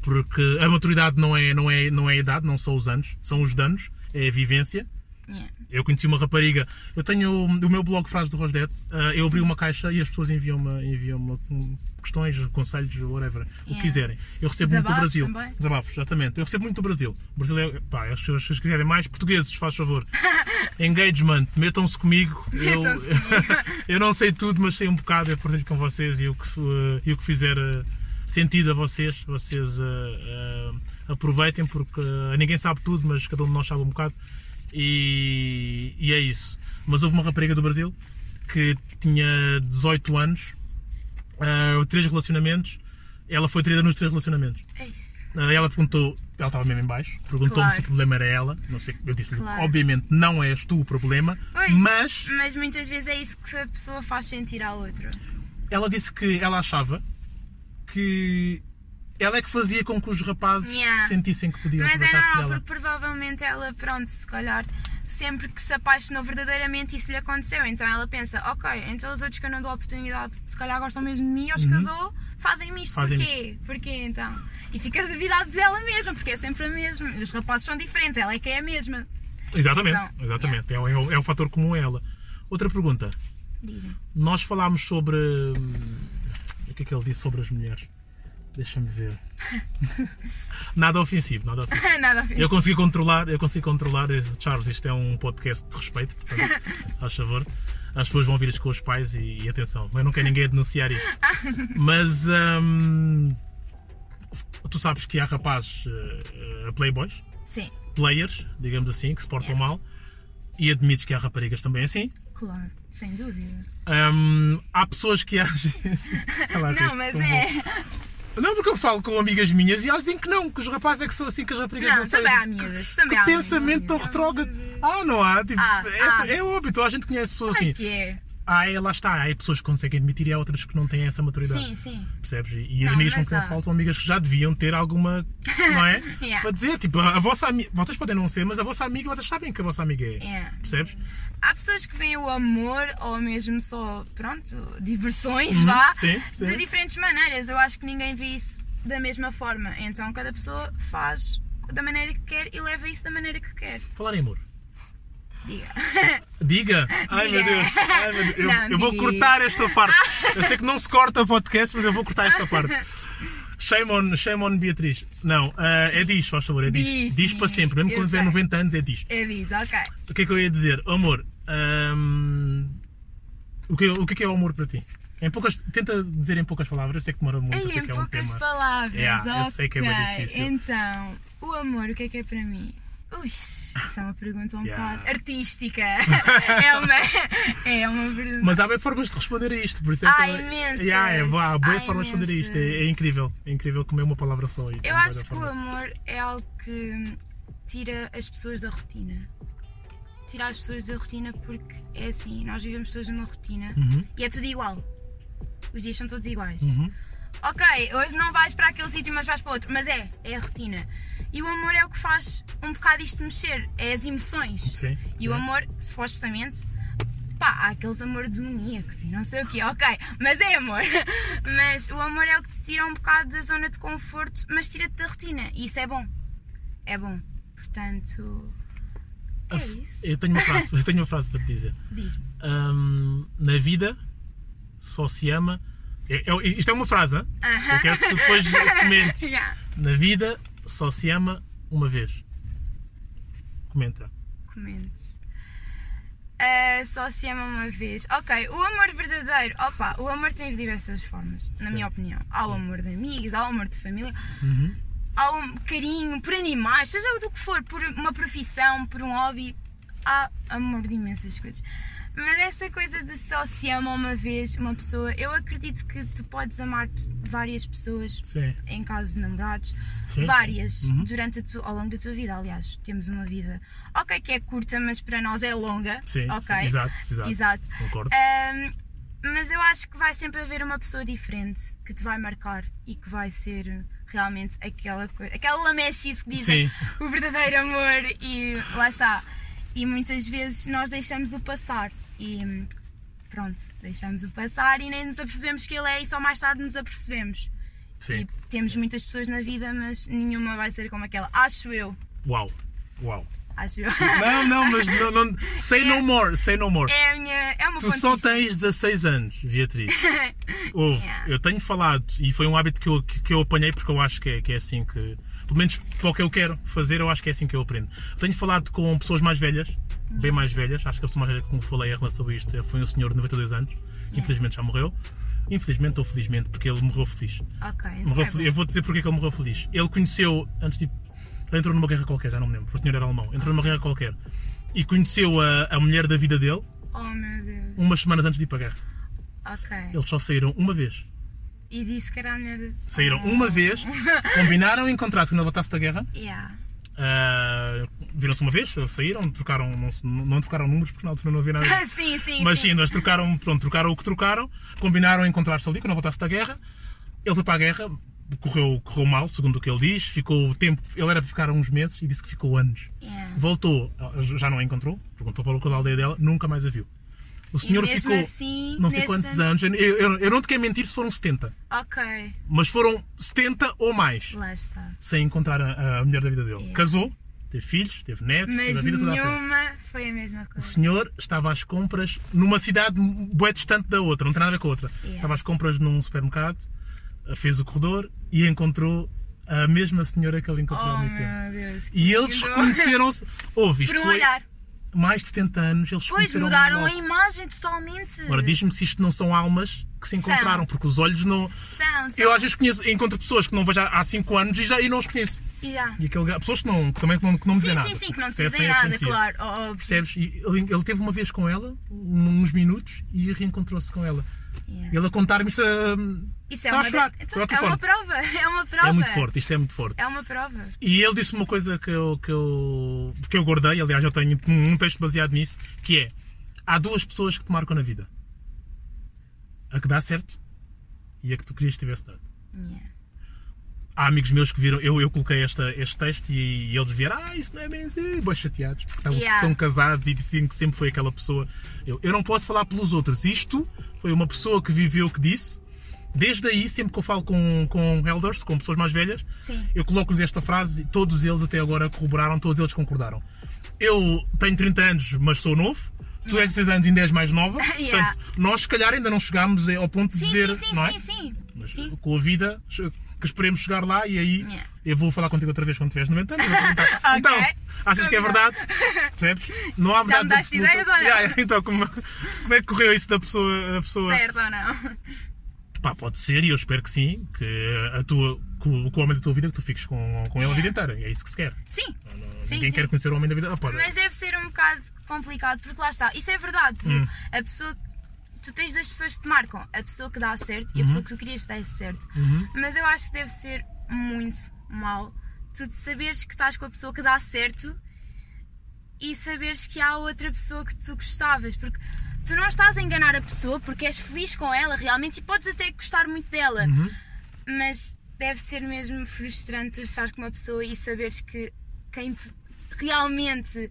Speaker 1: Porque a maturidade não é, não, é, não é a idade, não são os anos, são os danos, é a vivência.
Speaker 2: Yeah.
Speaker 1: Eu conheci uma rapariga. Eu tenho o meu blog Frase do Rosdete. ah, eu abri uma caixa e as pessoas enviam-me enviam questões, conselhos, whatever, o que
Speaker 2: Yeah.
Speaker 1: quiserem. Eu recebo muito do
Speaker 2: Desabafos
Speaker 1: Brasil.
Speaker 2: também?
Speaker 1: Desabafos, exatamente. Eu recebo muito do Brasil. O Brasil é. Pá, as pessoas se escreverem mais portugueses, faz
Speaker 2: *laughs*
Speaker 1: favor. Engagement, metam-se comigo. Eu, *laughs*
Speaker 2: Metam-se comigo.
Speaker 1: eu não sei tudo, mas sei um bocado. Eu partilho com vocês e o que, eh, e o que fizer eh, sentido a vocês, vocês eh, eh, aproveitem, porque eh, ninguém sabe tudo, mas cada um de nós sabe um bocado. E, e é isso. Mas houve uma rapariga do Brasil que tinha 18 anos, eh, três relacionamentos. Ela foi traída nos três relacionamentos.
Speaker 2: Ei,
Speaker 1: Ah, Ela perguntou, ela estava mesmo em baixo, perguntou-me
Speaker 2: Claro.
Speaker 1: se o problema era ela. Não sei, eu disse-lhe,
Speaker 2: Claro.
Speaker 1: obviamente não és tu o problema,
Speaker 2: Pois.
Speaker 1: mas
Speaker 2: Mas muitas vezes é isso que a pessoa faz sentir à outra.
Speaker 1: ela disse que ela achava que ela é que fazia com que os rapazes
Speaker 2: Yeah.
Speaker 1: sentissem que podiam
Speaker 2: Mas é
Speaker 1: aproveitar-se
Speaker 2: normal,
Speaker 1: dela.
Speaker 2: porque provavelmente ela, pronto, se calhar sempre que se apaixonou verdadeiramente isso lhe aconteceu. Então ela pensa, ok, então os outros que eu não dou oportunidade, se calhar gostam mesmo de mim, aos que eu dou, Uhum. fazem-me isto.
Speaker 1: Fazem-me
Speaker 2: Porquê? Porquê então? E fica a duvidar dela mesma, porque é sempre a mesma. Os rapazes são diferentes, ela é que é a mesma.
Speaker 1: Exatamente,
Speaker 2: Então,
Speaker 1: exatamente. É, o- é o fator comum a ela. Outra pergunta.
Speaker 2: Diz-me.
Speaker 1: Nós falámos sobre. hum, O que é que ele disse sobre as mulheres?
Speaker 2: *laughs*
Speaker 1: Deixa-me ver. nada ofensivo, nada ofensivo.
Speaker 2: *laughs* Nada a ver.
Speaker 1: Eu consegui controlar, eu consegui controlar. Charles, isto é um podcast de respeito, portanto,
Speaker 2: *laughs*
Speaker 1: faz favor. As pessoas vão vir isto com os pais e, e atenção, eu não quero ninguém a denunciar
Speaker 2: *laughs*
Speaker 1: isto. Mas hum, tu sabes que há rapazes eh, eh, playboys,
Speaker 2: Sim,
Speaker 1: players, digamos assim, que se portam mal. E admites que há raparigas também assim.
Speaker 2: claro, sem dúvida.
Speaker 1: Hum, há pessoas que agem. assim.
Speaker 2: *laughs*
Speaker 1: Ela fez
Speaker 2: Não, mas
Speaker 1: tão
Speaker 2: é.
Speaker 1: bom. Não, porque eu falo com amigas minhas e elas dizem que não, que os rapazes é que são assim, que as raparigas não,
Speaker 2: Não,
Speaker 1: são.
Speaker 2: também há miúdas. Também há
Speaker 1: Que pensamento tão
Speaker 2: miúdas.
Speaker 1: retrógrado. Ah, não há. Tipo,
Speaker 2: Ah,
Speaker 1: é,
Speaker 2: ah.
Speaker 1: é óbito, a gente conhece pessoas
Speaker 2: Ai,
Speaker 1: assim.
Speaker 2: que é.
Speaker 1: Ah, é, lá está. Há pessoas que conseguem admitir e há outras que não têm essa maturidade.
Speaker 2: Sim, sim.
Speaker 1: Percebes? E, e as
Speaker 2: Não,
Speaker 1: amigas com
Speaker 2: mas
Speaker 1: quem eu
Speaker 2: há.
Speaker 1: falo são amigas que já deviam ter alguma. Não é?
Speaker 2: *laughs* Yeah.
Speaker 1: Para dizer, tipo, a, a vossa amiga. Vocês podem não ser, mas a vossa amiga, vocês sabem que a vossa amiga é.
Speaker 2: Yeah.
Speaker 1: Percebes?
Speaker 2: Há pessoas que veem o amor ou mesmo só, pronto, diversões, vá,
Speaker 1: Uhum. sim, sim.
Speaker 2: de diferentes maneiras. Eu acho que ninguém vê isso da mesma forma. Então cada pessoa faz da maneira que quer e leva isso da maneira que quer.
Speaker 1: Falar em amor.
Speaker 2: Diga.
Speaker 1: *laughs* Diga! Ai
Speaker 2: Diga.
Speaker 1: meu Deus! Ai, meu Deus. Eu,
Speaker 2: Não,
Speaker 1: eu vou
Speaker 2: diga. Ah.
Speaker 1: cortar esta parte. Eu sei que não se corta podcast, mas eu vou cortar esta parte. Shame on, shame on Beatriz. Não, ah, é diz, faz favor, é diz. Diz,
Speaker 2: Diz, sim.
Speaker 1: para sempre, mesmo
Speaker 2: Eu
Speaker 1: quando tiver
Speaker 2: sei.
Speaker 1: 90 anos, é diz.
Speaker 2: É disso, ok.
Speaker 1: O que é que eu ia dizer? Amor, ahm, o, que, o que é que é o amor para ti? Em poucas, tenta dizer em poucas palavras, eu sei que demora muito, eu
Speaker 2: Ei,
Speaker 1: sei
Speaker 2: em
Speaker 1: que é um
Speaker 2: poucas
Speaker 1: tema.
Speaker 2: palavras,
Speaker 1: Yeah, eu
Speaker 2: ok.
Speaker 1: sei que é bem difícil.
Speaker 2: Então, o amor, o que é que é para mim? Ui, isso é uma pergunta um
Speaker 1: Yeah.
Speaker 2: bocado
Speaker 1: *laughs*
Speaker 2: artística. é, uma, é uma pergunta.
Speaker 1: Mas há bem formas de responder a isto, por isso é que
Speaker 2: Há
Speaker 1: eu-
Speaker 2: imensas.
Speaker 1: Yeah, é, há bem
Speaker 2: Há
Speaker 1: formas de responder a isto, é, é
Speaker 2: imensas.
Speaker 1: incrível, é incrível comer uma palavra só. e tem
Speaker 2: Eu
Speaker 1: bué
Speaker 2: acho
Speaker 1: da
Speaker 2: que o
Speaker 1: forma.
Speaker 2: amor é algo que tira as pessoas da rotina. Tira as pessoas da rotina porque é assim, nós vivemos todos numa rotina e é tudo igual. Os dias são todos iguais.
Speaker 1: Uhum.
Speaker 2: Ok, hoje não vais para aquele sítio, mas vais para outro. Mas é, é a rotina. E o amor é o que faz um bocado isto mexer, é as emoções.
Speaker 1: Sim,
Speaker 2: E o
Speaker 1: é.
Speaker 2: amor, supostamente, pá, há aqueles amor demoníacos e não sei o quê, ok, mas é amor. *laughs* Mas o amor é o que te tira um bocado da zona de conforto, mas tira-te da rotina. E isso é bom. É bom. Portanto. É isso.
Speaker 1: Eu tenho uma frase, eu tenho uma frase para te dizer.
Speaker 2: Diz-me.
Speaker 1: Hum, na vida só se ama. é- é- isto é uma frase, hã? eu quero que tu depois comentes.
Speaker 2: Já.
Speaker 1: Na vida só se ama uma vez. Comenta.
Speaker 2: Comente. Ah, só se ama uma vez. Ok, o amor verdadeiro. Opa, o amor tem diversas formas, na
Speaker 1: Sim.
Speaker 2: minha opinião. Há o amor de amigos, há o amor de família, há um carinho por animais, seja do que for, por uma profissão, por um hobby. Há amor de imensas coisas. Mas essa coisa de só se ama uma vez uma pessoa, eu acredito que tu podes amar várias pessoas
Speaker 1: Sim.
Speaker 2: em casos de namorados,
Speaker 1: Sim, Uhum.
Speaker 2: várias durante a tu- ao longo da tua vida. Aliás, temos uma vida, ok, que é curta, mas para nós é longa.
Speaker 1: Sim,
Speaker 2: ok?
Speaker 1: sim, exato, exato.
Speaker 2: Exato.
Speaker 1: Concordo.
Speaker 2: Ahm, mas eu acho que vai sempre haver uma pessoa diferente que te vai marcar e que vai ser realmente aquela coisa, aquela lamechice que dizem
Speaker 1: Sim.
Speaker 2: o verdadeiro amor e lá está. E muitas vezes nós deixamos o passar e hum, pronto, deixamos o passar e nem nos apercebemos que ele é e só mais tarde nos apercebemos.
Speaker 1: Sim.
Speaker 2: E temos muitas pessoas na vida, mas nenhuma vai ser como aquela. Acho eu.
Speaker 1: Uau. Uau.
Speaker 2: Acho eu.
Speaker 1: Não, não, mas não, não- say no more, say no more.
Speaker 2: É a minha. É uma
Speaker 1: Tu só tens 16 anos, Beatriz. Ouve, eu tenho falado, e foi um hábito que eu, que, que eu apanhei porque eu acho que é, que é assim que. Pelo menos para o que eu quero fazer, eu acho que é assim que eu aprendo. Eu tenho falado com pessoas mais velhas, bem mais velhas, acho que a pessoa mais velha com que falei em relação a isto foi um senhor de 92 anos, que infelizmente já morreu. Infelizmente ou felizmente, porque ele morreu feliz.
Speaker 2: *laughs* Ok, então
Speaker 1: Morreu
Speaker 2: é bom.
Speaker 1: feliz. Eu vou dizer porque é que ele morreu feliz. Ele conheceu, antes de. Ele entrou numa guerra qualquer, já não me lembro, o senhor era alemão, entrou numa guerra qualquer. E conheceu a, a mulher da vida dele
Speaker 2: Oh meu Deus.
Speaker 1: umas semanas antes de ir para a guerra.
Speaker 2: Ok.
Speaker 1: Eles só saíram uma vez.
Speaker 2: E disse que era a mulher.
Speaker 1: Saíram
Speaker 2: *laughs*
Speaker 1: uma vez, combinaram em contrato que não voltasse da guerra.
Speaker 2: Yeah. *laughs*
Speaker 1: ah, Viram-se uma vez, saíram, trocaram, não, se- não trocaram números porque na altura não havia nada.
Speaker 2: *laughs* sim, sim.
Speaker 1: Mas
Speaker 2: sim.
Speaker 1: sim, nós trocaram, pronto, trocaram o que trocaram, combinaram encontrar-se ali quando voltasse da guerra. Ele foi para a guerra, correu, correu mal, segundo o que ele diz. Ficou o tempo, ele era para ficar uns meses e disse que ficou anos.
Speaker 2: Yeah.
Speaker 1: Voltou, ah, já não a encontrou, perguntou para o local da aldeia dela, nunca mais a viu. O senhor
Speaker 2: mesmo
Speaker 1: ficou
Speaker 2: assim,
Speaker 1: não sei
Speaker 2: nesses
Speaker 1: quantos anos, eu, eu- eu não te quero mentir se foram 70,
Speaker 2: Ok,
Speaker 1: mas foram 70 ou mais
Speaker 2: lá está.
Speaker 1: sem encontrar a, a mulher da vida dele.
Speaker 2: Yeah.
Speaker 1: Casou, teve filhos, teve netos, teve
Speaker 2: É. Mas
Speaker 1: a vida toda à frente.
Speaker 2: nenhuma foi a mesma
Speaker 1: O
Speaker 2: coisa.
Speaker 1: senhor estava às compras numa cidade bué distante da outra, não tem nada a ver com a outra.
Speaker 2: Yeah.
Speaker 1: Estava às compras num supermercado, fez o corredor e encontrou a mesma senhora que ele
Speaker 2: Oh
Speaker 1: encontrou há muito tempo.
Speaker 2: meu Deus. que
Speaker 1: é. E eles
Speaker 2: lindo.
Speaker 1: reconheceram-se. Houve isto.
Speaker 2: Por um
Speaker 1: foi
Speaker 2: olhar.
Speaker 1: mais de 70 anos, eles
Speaker 2: Pois,
Speaker 1: conheceram
Speaker 2: mudaram a
Speaker 1: logo.
Speaker 2: imagem totalmente.
Speaker 1: Agora diz-me se isto não são almas que
Speaker 2: São.
Speaker 1: se encontraram, porque os olhos não.
Speaker 2: São, são.
Speaker 1: Eu às vezes conheço, encontro pessoas que não vejo há 5 anos e já e não os conheço.
Speaker 2: Yeah.
Speaker 1: E aquele gajo, pessoas que, não, que também que não, que não me
Speaker 2: Sim,
Speaker 1: dizem nada. é
Speaker 2: sim, sim, que não
Speaker 1: Se
Speaker 2: se
Speaker 1: dissessem,
Speaker 2: dizem
Speaker 1: eu
Speaker 2: nada,
Speaker 1: conhecia.
Speaker 2: claro. Óbvio.
Speaker 1: Percebes? E ele, ele teve uma vez com ela, uns minutos, e reencontrou-se com ela.
Speaker 2: Yeah.
Speaker 1: Ele a contar-me isto. hum,
Speaker 2: Isso é
Speaker 1: estava
Speaker 2: uma,
Speaker 1: a chorar.
Speaker 2: então,
Speaker 1: estava ao
Speaker 2: é uma
Speaker 1: telefone.
Speaker 2: prova. É uma prova.
Speaker 1: tá É muito forte, isto é muito forte.
Speaker 2: É uma prova.
Speaker 1: E ele disse uma coisa que eu, que eu, que eu guardei, aliás, eu tenho um texto baseado nisso, que é há duas pessoas que te marcam na vida. A que dá certo e a que tu querias que tivesse dado.
Speaker 2: Yeah.
Speaker 1: Há amigos meus que viram, eu, eu coloquei esta, este texto e, eles vieram, ah, isso não é bem assim, bem chateados, porque estavam
Speaker 2: Yeah.
Speaker 1: tão casados e diziam que sempre foi aquela pessoa. Eu, eu não posso falar pelos outros. Isto foi uma pessoa que viveu que disse. Desde aí, sempre que eu falo com, com elders, com pessoas mais velhas,
Speaker 2: Sim.
Speaker 1: eu coloco-lhes esta frase e todos eles até agora corroboraram, todos eles concordaram. Eu tenho 30 anos, mas sou novo. Tu és 16 anos e ainda és mais nova.
Speaker 2: *laughs* Yeah.
Speaker 1: Portanto, nós se calhar ainda não chegámos ao ponto de
Speaker 2: Sim,
Speaker 1: dizer.
Speaker 2: sim, sim,
Speaker 1: não é?
Speaker 2: sim, sim.
Speaker 1: Mas
Speaker 2: Sim.
Speaker 1: com a vida que esperemos chegar lá e aí
Speaker 2: Yeah.
Speaker 1: eu vou falar contigo outra vez quando tiveres
Speaker 2: *laughs*
Speaker 1: 90 anos. eu vou perguntar, Então,
Speaker 2: Ok.
Speaker 1: achas que é verdade? Percebes? Não há verdade.
Speaker 2: me daste
Speaker 1: absoluta.
Speaker 2: ideias ou não?
Speaker 1: Yeah, yeah, Então, como, como é que correu isso da pessoa? A pessoa?
Speaker 2: Certo ou não?
Speaker 1: Pá, pode ser e eu espero que sim, que, a tua, que o que o homem da tua vida, que tu fiques com, com ele a vida inteira. É isso que se quer.
Speaker 2: Sim. sim,
Speaker 1: Ninguém
Speaker 2: sim.
Speaker 1: quer conhecer o homem da vida. Ah, pá,
Speaker 2: Mas deve ser um bocado complicado, porque lá está. Isso é verdade. Tu,
Speaker 1: Hum.
Speaker 2: A pessoa. Tu tens duas pessoas que te marcam. A pessoa que dá certo
Speaker 1: Uhum.
Speaker 2: e a pessoa que tu querias que desse certo. Mas eu acho que deve ser muito mal tu de saberes que estás com a pessoa que dá certo e saberes que há outra pessoa que tu gostavas. Porque tu não estás a enganar a pessoa porque és feliz com ela realmente e podes até gostar muito dela.
Speaker 1: Uhum.
Speaker 2: Mas deve ser mesmo frustrante tu estar com uma pessoa e saberes que quem te realmente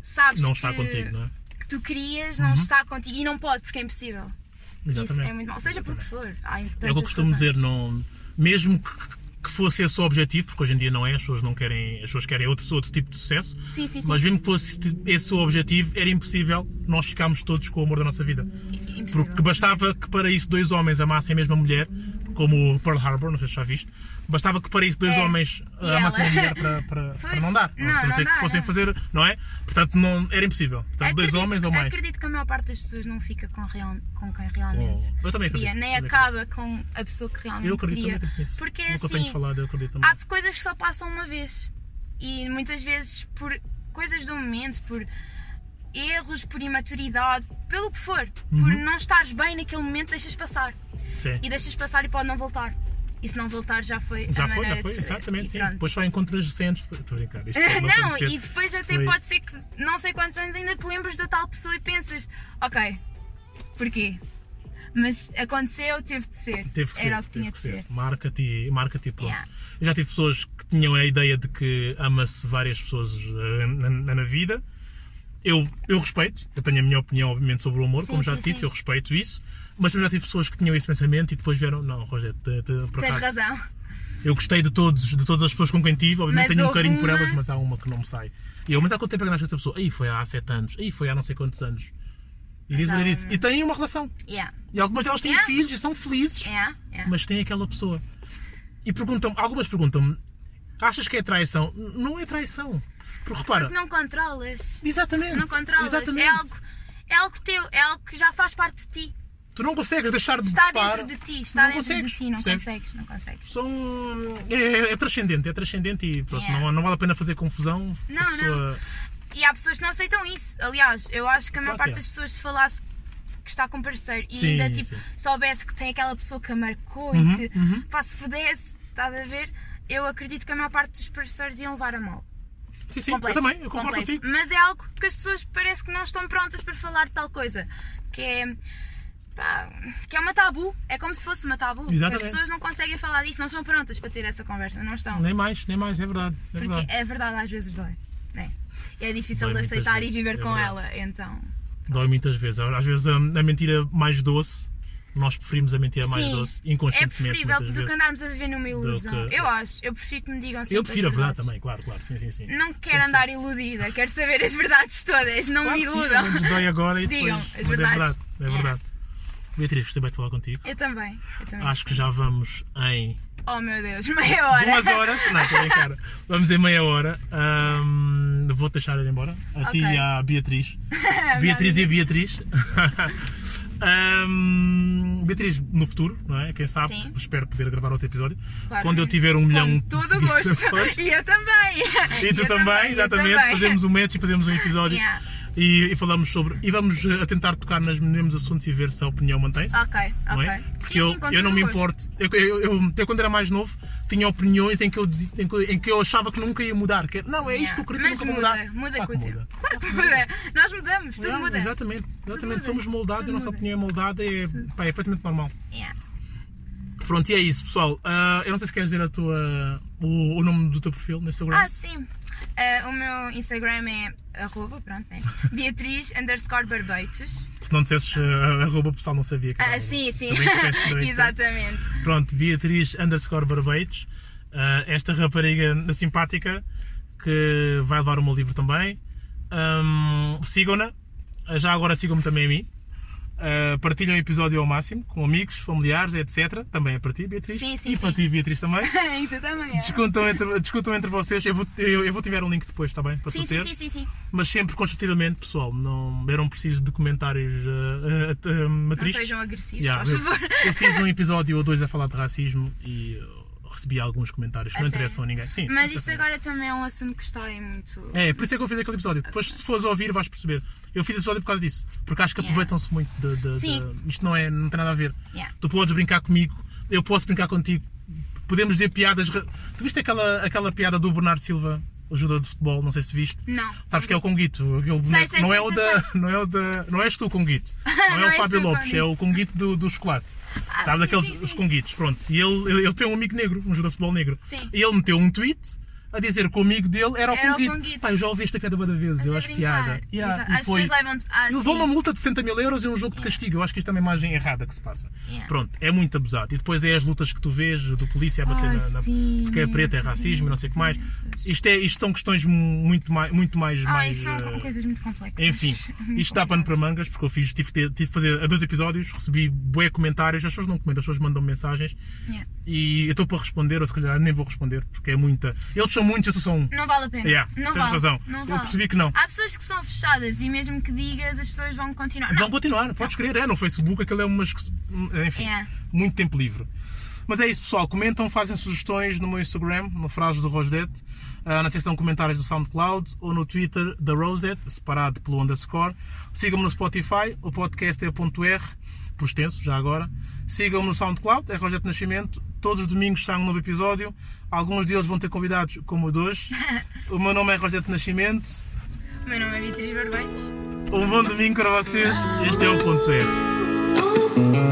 Speaker 2: sabes
Speaker 1: não está
Speaker 2: que,
Speaker 1: contigo, não é? Uhum.
Speaker 2: que tu querias não está contigo e não pode porque é impossível. Isso
Speaker 1: Exatamente.
Speaker 2: é muito mal. Seja por que for. Há
Speaker 1: É o que eu costumo dizer, não, mesmo que, que fosse esse o objetivo, porque hoje em dia não é, as pessoas não querem, as pessoas querem outro, outro tipo de sucesso.
Speaker 2: Sim, sim, sim.
Speaker 1: Mas mesmo que fosse esse o objetivo, era impossível nós ficarmos todos com o amor da nossa vida.
Speaker 2: Impossível.
Speaker 1: Porque bastava que para isso dois homens amassem a mesma mulher, como o Pearl Harbor, não sei se já viste, bastava que para isso dois
Speaker 2: É.
Speaker 1: homens eh,
Speaker 2: E
Speaker 1: amassem a
Speaker 2: ela-
Speaker 1: mulher para,
Speaker 2: *laughs*
Speaker 1: para,
Speaker 2: Pois.
Speaker 1: para não dar.
Speaker 2: Não,
Speaker 1: a não
Speaker 2: não
Speaker 1: ser
Speaker 2: dá,
Speaker 1: que fossem
Speaker 2: não.
Speaker 1: fazer, não é? Portanto, não, era impossível. Portanto, dois
Speaker 2: Acredito-
Speaker 1: homens ou mais.
Speaker 2: Acredito que a maior parte das pessoas não fica com, real, com quem realmente.
Speaker 1: Oh, eu também acredito,
Speaker 2: queria, nem
Speaker 1: também
Speaker 2: acaba com a pessoa que realmente
Speaker 1: Eu acredito,
Speaker 2: queria.
Speaker 1: também acredito nisso.
Speaker 2: Porque
Speaker 1: Nunca
Speaker 2: assim,
Speaker 1: tenho falado, eu acredito também.
Speaker 2: há coisas que só passam uma vez. E muitas vezes por coisas do momento, por erros, por imaturidade, pelo que for, por
Speaker 1: Uhum.
Speaker 2: não estares bem naquele momento, deixas passar.
Speaker 1: Sim.
Speaker 2: E deixas passar e pode não voltar. E se não voltar, já foi a
Speaker 1: Já foi,
Speaker 2: maneira
Speaker 1: já foi,
Speaker 2: de fazer. E
Speaker 1: exatamente, sim.
Speaker 2: pronto.
Speaker 1: Depois só encontras 100 anos depois. Estou a brincar.
Speaker 2: *laughs*
Speaker 1: Isto pode
Speaker 2: É Não,
Speaker 1: acontecer.
Speaker 2: e depois até
Speaker 1: Por aí.
Speaker 2: pode ser que não sei quantos anos ainda te lembras da tal pessoa e pensas, ok, porquê? Mas aconteceu, teve de ser.
Speaker 1: Teve que
Speaker 2: Era
Speaker 1: ser,
Speaker 2: o que
Speaker 1: teve
Speaker 2: tinha
Speaker 1: que
Speaker 2: de ser.
Speaker 1: Marca-te e- marca-te e pronto.
Speaker 2: Yeah.
Speaker 1: Eu já tive pessoas que tinham a ideia de que ama-se várias pessoas eh, na, na- na vida. Eu, eu respeito, eu tenho a minha opinião, obviamente, sobre o amor,
Speaker 2: Sim,
Speaker 1: como já
Speaker 2: sim,
Speaker 1: te disse,
Speaker 2: sim.
Speaker 1: eu respeito isso. Mas também já tive pessoas que tinham esse pensamento e depois vieram, não, Rogério, te- te- por
Speaker 2: Tens
Speaker 1: acaso,
Speaker 2: razão.
Speaker 1: eu gostei de, todos, de todas as pessoas com quem tive, obviamente
Speaker 2: Mas
Speaker 1: tenho um
Speaker 2: houve
Speaker 1: carinho por
Speaker 2: uma-
Speaker 1: elas, mas há uma que não me sai. E eu, mas há quanto tempo é que nasce essa pessoa? Aí foi há 7 anos, aí foi há não sei quantos anos. E diz
Speaker 2: Não, É.
Speaker 1: isso. E têm uma relação.
Speaker 2: Yeah,
Speaker 1: E algumas delas têm
Speaker 2: Yeah.
Speaker 1: filhos e são felizes
Speaker 2: yeah, yeah.
Speaker 1: mas tem aquela pessoa. E perguntam algumas perguntam-me: achas que é traição? N- Não é traição. Porque repara,
Speaker 2: Não controlas.
Speaker 1: exatamente.
Speaker 2: Não controlas.
Speaker 1: exatamente.
Speaker 2: É algo, é algo teu, é algo que já faz parte de ti.
Speaker 1: Tu não consegues deixar de
Speaker 2: Está
Speaker 1: gostar.
Speaker 2: dentro de ti, está
Speaker 1: Não
Speaker 2: dentro
Speaker 1: consegues,
Speaker 2: de ti, não
Speaker 1: percebes?
Speaker 2: consegues, não consegues.
Speaker 1: São... É, é- é transcendente, é transcendente e pronto,
Speaker 2: Yeah.
Speaker 1: não, não vale a pena fazer confusão. se a
Speaker 2: Não,
Speaker 1: pessoa-
Speaker 2: E há pessoas que não aceitam isso. Aliás, eu acho que a maior parte
Speaker 1: Claro que é.
Speaker 2: das pessoas se falasse que está com um parceiro e
Speaker 1: Sim,
Speaker 2: ainda tipo,
Speaker 1: sim. Uhum,
Speaker 2: soubesse que tem aquela pessoa que a marcou e que pá, se pudesse, estás a ver? Eu acredito que a maior parte dos parceiros iam levar a mal.
Speaker 1: Sim, sim,
Speaker 2: Completo,
Speaker 1: eu também, eu concordo
Speaker 2: completo.
Speaker 1: contigo.
Speaker 2: Mas é algo que as pessoas parece que não estão prontas para falar de tal coisa. Que é. pá, pá, que é uma tabu, é como se fosse uma tabu. porque
Speaker 1: Exatamente.
Speaker 2: As pessoas não conseguem falar disso, não estão prontas para ter essa conversa, não estão.
Speaker 1: Nem mais, nem mais, é verdade. É
Speaker 2: porque
Speaker 1: verdade.
Speaker 2: é verdade, às vezes dói. né? E é difícil
Speaker 1: Dói
Speaker 2: de
Speaker 1: muitas
Speaker 2: aceitar
Speaker 1: vezes,
Speaker 2: e viver
Speaker 1: é
Speaker 2: com
Speaker 1: verdade.
Speaker 2: ela, então.
Speaker 1: Dói muitas vezes. Às vezes a, a mentira mais doce, nós preferimos a mentira mais
Speaker 2: Sim,
Speaker 1: doce,
Speaker 2: É
Speaker 1: inconscientemente.
Speaker 2: preferível
Speaker 1: muitas
Speaker 2: do que
Speaker 1: vezes.
Speaker 2: andarmos a viver numa ilusão.
Speaker 1: que-
Speaker 2: Eu acho, eu prefiro que me digam sempre.
Speaker 1: Eu prefiro a
Speaker 2: as
Speaker 1: verdade
Speaker 2: verdades.
Speaker 1: também, claro, claro. Sim, sim, sim.
Speaker 2: Não quero
Speaker 1: Sim,
Speaker 2: andar iludida, quero saber as verdades todas, não
Speaker 1: Claro
Speaker 2: me
Speaker 1: que sim,
Speaker 2: iludam.
Speaker 1: nos dói agora e depois.
Speaker 2: Digam, as
Speaker 1: mas é
Speaker 2: verdades.
Speaker 1: verdade, é verdade. Beatriz, gostei bem de falar contigo.
Speaker 2: Eu também, eu também.
Speaker 1: Acho que já vamos em
Speaker 2: Oh meu Deus, meia hora.
Speaker 1: duas horas. Não, estou bem cara. Vamos em meia hora. Ahm, Vou-te deixar ir embora. A ti
Speaker 2: Ok.
Speaker 1: e
Speaker 2: *laughs*
Speaker 1: à Beatriz. Beatriz e a Beatriz. *laughs* Ahm, Beatriz, no futuro, não é? Quem sabe,
Speaker 2: Sim.
Speaker 1: espero poder gravar outro episódio.
Speaker 2: Claro.
Speaker 1: Quando eu tiver um
Speaker 2: *laughs*
Speaker 1: milhão
Speaker 2: Com
Speaker 1: de
Speaker 2: todo o *laughs*
Speaker 1: *laughs* seguidores.
Speaker 2: gosto. E eu também.
Speaker 1: E tu
Speaker 2: Eu
Speaker 1: também,
Speaker 2: eu
Speaker 1: exatamente.
Speaker 2: também.
Speaker 1: Fazemos um match e fazemos um episódio.
Speaker 2: Yeah.
Speaker 1: E, e falamos sobre. E vamos eh, a tentar tocar nos mesmos assuntos e ver se a opinião mantém-se.
Speaker 2: *laughs* Ok,
Speaker 1: não
Speaker 2: ok.
Speaker 1: é?
Speaker 2: Sim,
Speaker 1: Porque
Speaker 2: sim,
Speaker 1: eu,
Speaker 2: com
Speaker 1: eu não
Speaker 2: todo
Speaker 1: me
Speaker 2: o gosto.
Speaker 1: importo. Eu, eu, eu- eu, quando era mais novo, tinha opiniões em que eu, dizia- em que, eu- em que eu achava que nunca ia mudar. Que, não, é isto que eu queria
Speaker 2: Mas
Speaker 1: nunca vou
Speaker 2: muda,
Speaker 1: mudar.
Speaker 2: muda
Speaker 1: Claro
Speaker 2: com
Speaker 1: que
Speaker 2: o tempo. Claro que muda. Nós mudamos, tudo
Speaker 1: Yeah,
Speaker 2: muda.
Speaker 1: Exatamente, exatamente.
Speaker 2: muda.
Speaker 1: somos moldados,
Speaker 2: Tudo
Speaker 1: a nossa
Speaker 2: muda.
Speaker 1: opinião é moldada e é, pá, é perfeitamente normal.
Speaker 2: Yeah.
Speaker 1: Pronto, e é isso, pessoal. Ah, eu não sei se queres dizer a tua, o, o nome do teu perfil no Instagram.
Speaker 2: Ah, sim. Ah, o meu Instagram é arroba, pronto, né? Beatriz underscore barbeitos.
Speaker 1: Se não dissesses ah, arroba, o pessoal não sabia que era
Speaker 2: Ah,
Speaker 1: arroba.
Speaker 2: sim, sim.
Speaker 1: Também
Speaker 2: *laughs*
Speaker 1: disseste, também disseste.
Speaker 2: Exatamente.
Speaker 1: Pronto, Beatriz underscore Barbeitos. Ah, esta rapariga simpática que vai levar o meu livro também. Ahm, sigam-na. Ah, Já agora sigam-me também a mim. Ah, partilhem o episódio ao máximo com amigos, familiares, etc. Também é para ti, Beatriz.
Speaker 2: Sim, sim,
Speaker 1: e para
Speaker 2: sim.
Speaker 1: ti, Beatriz, também.
Speaker 2: *laughs*
Speaker 1: *laughs*
Speaker 2: E tu também. é.
Speaker 1: Discutam entre, discutam entre vocês. Eu vou, eu, eu vou tiver um link depois, está bem? Para
Speaker 2: Sim,
Speaker 1: tu teres
Speaker 2: sim, sim, sim, sim.
Speaker 1: mas sempre construtivamente, pessoal. Não, eu não preciso de comentários uh, uh, uh,
Speaker 2: Não
Speaker 1: matristas.
Speaker 2: sejam agressivos,
Speaker 1: Yeah,
Speaker 2: por
Speaker 1: eu, *laughs*
Speaker 2: favor.
Speaker 1: eu fiz
Speaker 2: *laughs*
Speaker 1: um episódio ou dois a falar de racismo e uh, recebi alguns comentários que
Speaker 2: A
Speaker 1: não
Speaker 2: Ah, sério?
Speaker 1: interessam a ninguém. Sim,
Speaker 2: Mas
Speaker 1: não
Speaker 2: isso
Speaker 1: interessam
Speaker 2: agora também é um assunto que está aí muito.
Speaker 1: a ninguém. É, por isso é que eu fiz aquele episódio. Depois, se fores ouvir, vais perceber. Eu fiz esse episódio por causa disso. Porque acho que
Speaker 2: Yeah.
Speaker 1: aproveitam-se muito de, de- de-
Speaker 2: Sim.
Speaker 1: Isto não, é, não tem nada a ver.
Speaker 2: Yeah.
Speaker 1: Tu podes brincar comigo, eu posso brincar contigo. Podemos dizer piadas. ra- Tu viste aquela, aquela piada do Bernardo Silva, o jogador de futebol? Não sei se viste.
Speaker 2: Não.
Speaker 1: Sabes que é o Conguito, aquele boneco.
Speaker 2: Sei, sei,
Speaker 1: não,
Speaker 2: sei,
Speaker 1: é o
Speaker 2: sei,
Speaker 1: da, não é o da. Não és tu o Conguito. Não,
Speaker 2: *laughs* Não
Speaker 1: é o
Speaker 2: és
Speaker 1: Fábio
Speaker 2: tu o
Speaker 1: Lopes,
Speaker 2: Conguito.
Speaker 1: é o Conguito do, do chocolate.
Speaker 2: Ah,
Speaker 1: Sabes
Speaker 2: sim,
Speaker 1: aqueles
Speaker 2: sim, sim.
Speaker 1: os Conguitos, pronto. E ele, ele, ele tem um amigo negro, um jogador de futebol negro.
Speaker 2: Sim.
Speaker 1: E ele meteu um tweet a dizer que o amigo dele era
Speaker 2: Era
Speaker 1: o
Speaker 2: o
Speaker 1: Conguito.
Speaker 2: Conguito. é
Speaker 1: Pá, eu já ouvi esta piada várias vezes, eu acho piada. Yeah,
Speaker 2: Exato.
Speaker 1: e
Speaker 2: As
Speaker 1: foi-
Speaker 2: pessoas levam-te. Ah,
Speaker 1: ele
Speaker 2: sim.
Speaker 1: levou uma multa de 60 mil euros e um jogo de castigo. Eu acho que isto é uma imagem errada que se passa.
Speaker 2: Yeah.
Speaker 1: Pronto, é muito abusado. E depois é as lutas que tu vês do polícia a bater
Speaker 2: Ai,
Speaker 1: na, na-
Speaker 2: sim,
Speaker 1: porque é preto, é
Speaker 2: sim,
Speaker 1: racismo,
Speaker 2: sim,
Speaker 1: não sei o que
Speaker 2: sim,
Speaker 1: mais.
Speaker 2: sim.
Speaker 1: Isto, é, isto são questões mu- muito mais. Muito mais,
Speaker 2: Ah,
Speaker 1: mais
Speaker 2: isso são
Speaker 1: eh,
Speaker 2: coisas muito complexas. *laughs*
Speaker 1: enfim,
Speaker 2: Muito
Speaker 1: isto dá
Speaker 2: complicadas.
Speaker 1: pano para mangas, porque eu fiz, tive, que ter- tive que fazer a dois episódios, recebi bué comentários, as pessoas não comentam, as pessoas mandam mensagens
Speaker 2: Yeah.
Speaker 1: e eu estou para responder, ou se calhar nem vou responder, porque é muita. Eles são muitos, eu sou só um.
Speaker 2: Não vale a pena.
Speaker 1: Yeah,
Speaker 2: não
Speaker 1: tens
Speaker 2: vale.
Speaker 1: razão.
Speaker 2: Não
Speaker 1: Eu
Speaker 2: vale.
Speaker 1: percebi que não.
Speaker 2: Há pessoas que são fechadas e mesmo que digas, as pessoas vão continuar.
Speaker 1: Vão
Speaker 2: Não,
Speaker 1: continuar, podes crer, é no Facebook, aquilo é umas. Enfim,
Speaker 2: É.
Speaker 1: muito tempo livre. Mas é isso, pessoal. Comentam, fazem sugestões no meu Instagram, no Frases do Rosdete, ah, na seção de comentários do SoundCloud ou no Twitter da Rosdete, separado pelo underscore. Sigam-me no Spotify, o podcast é ponto .r, por extenso, já agora. Sigam-me no SoundCloud, é Rosdete Nascimento. Todos os domingos sai um novo episódio. Alguns deles vão ter convidados, como o de hoje. O meu nome é Rosdete Nascimento.
Speaker 2: O meu nome é Beatriz Barbeites.
Speaker 1: Um bom domingo para vocês. Este é o ponto R.
Speaker 3: Ooh, ooh,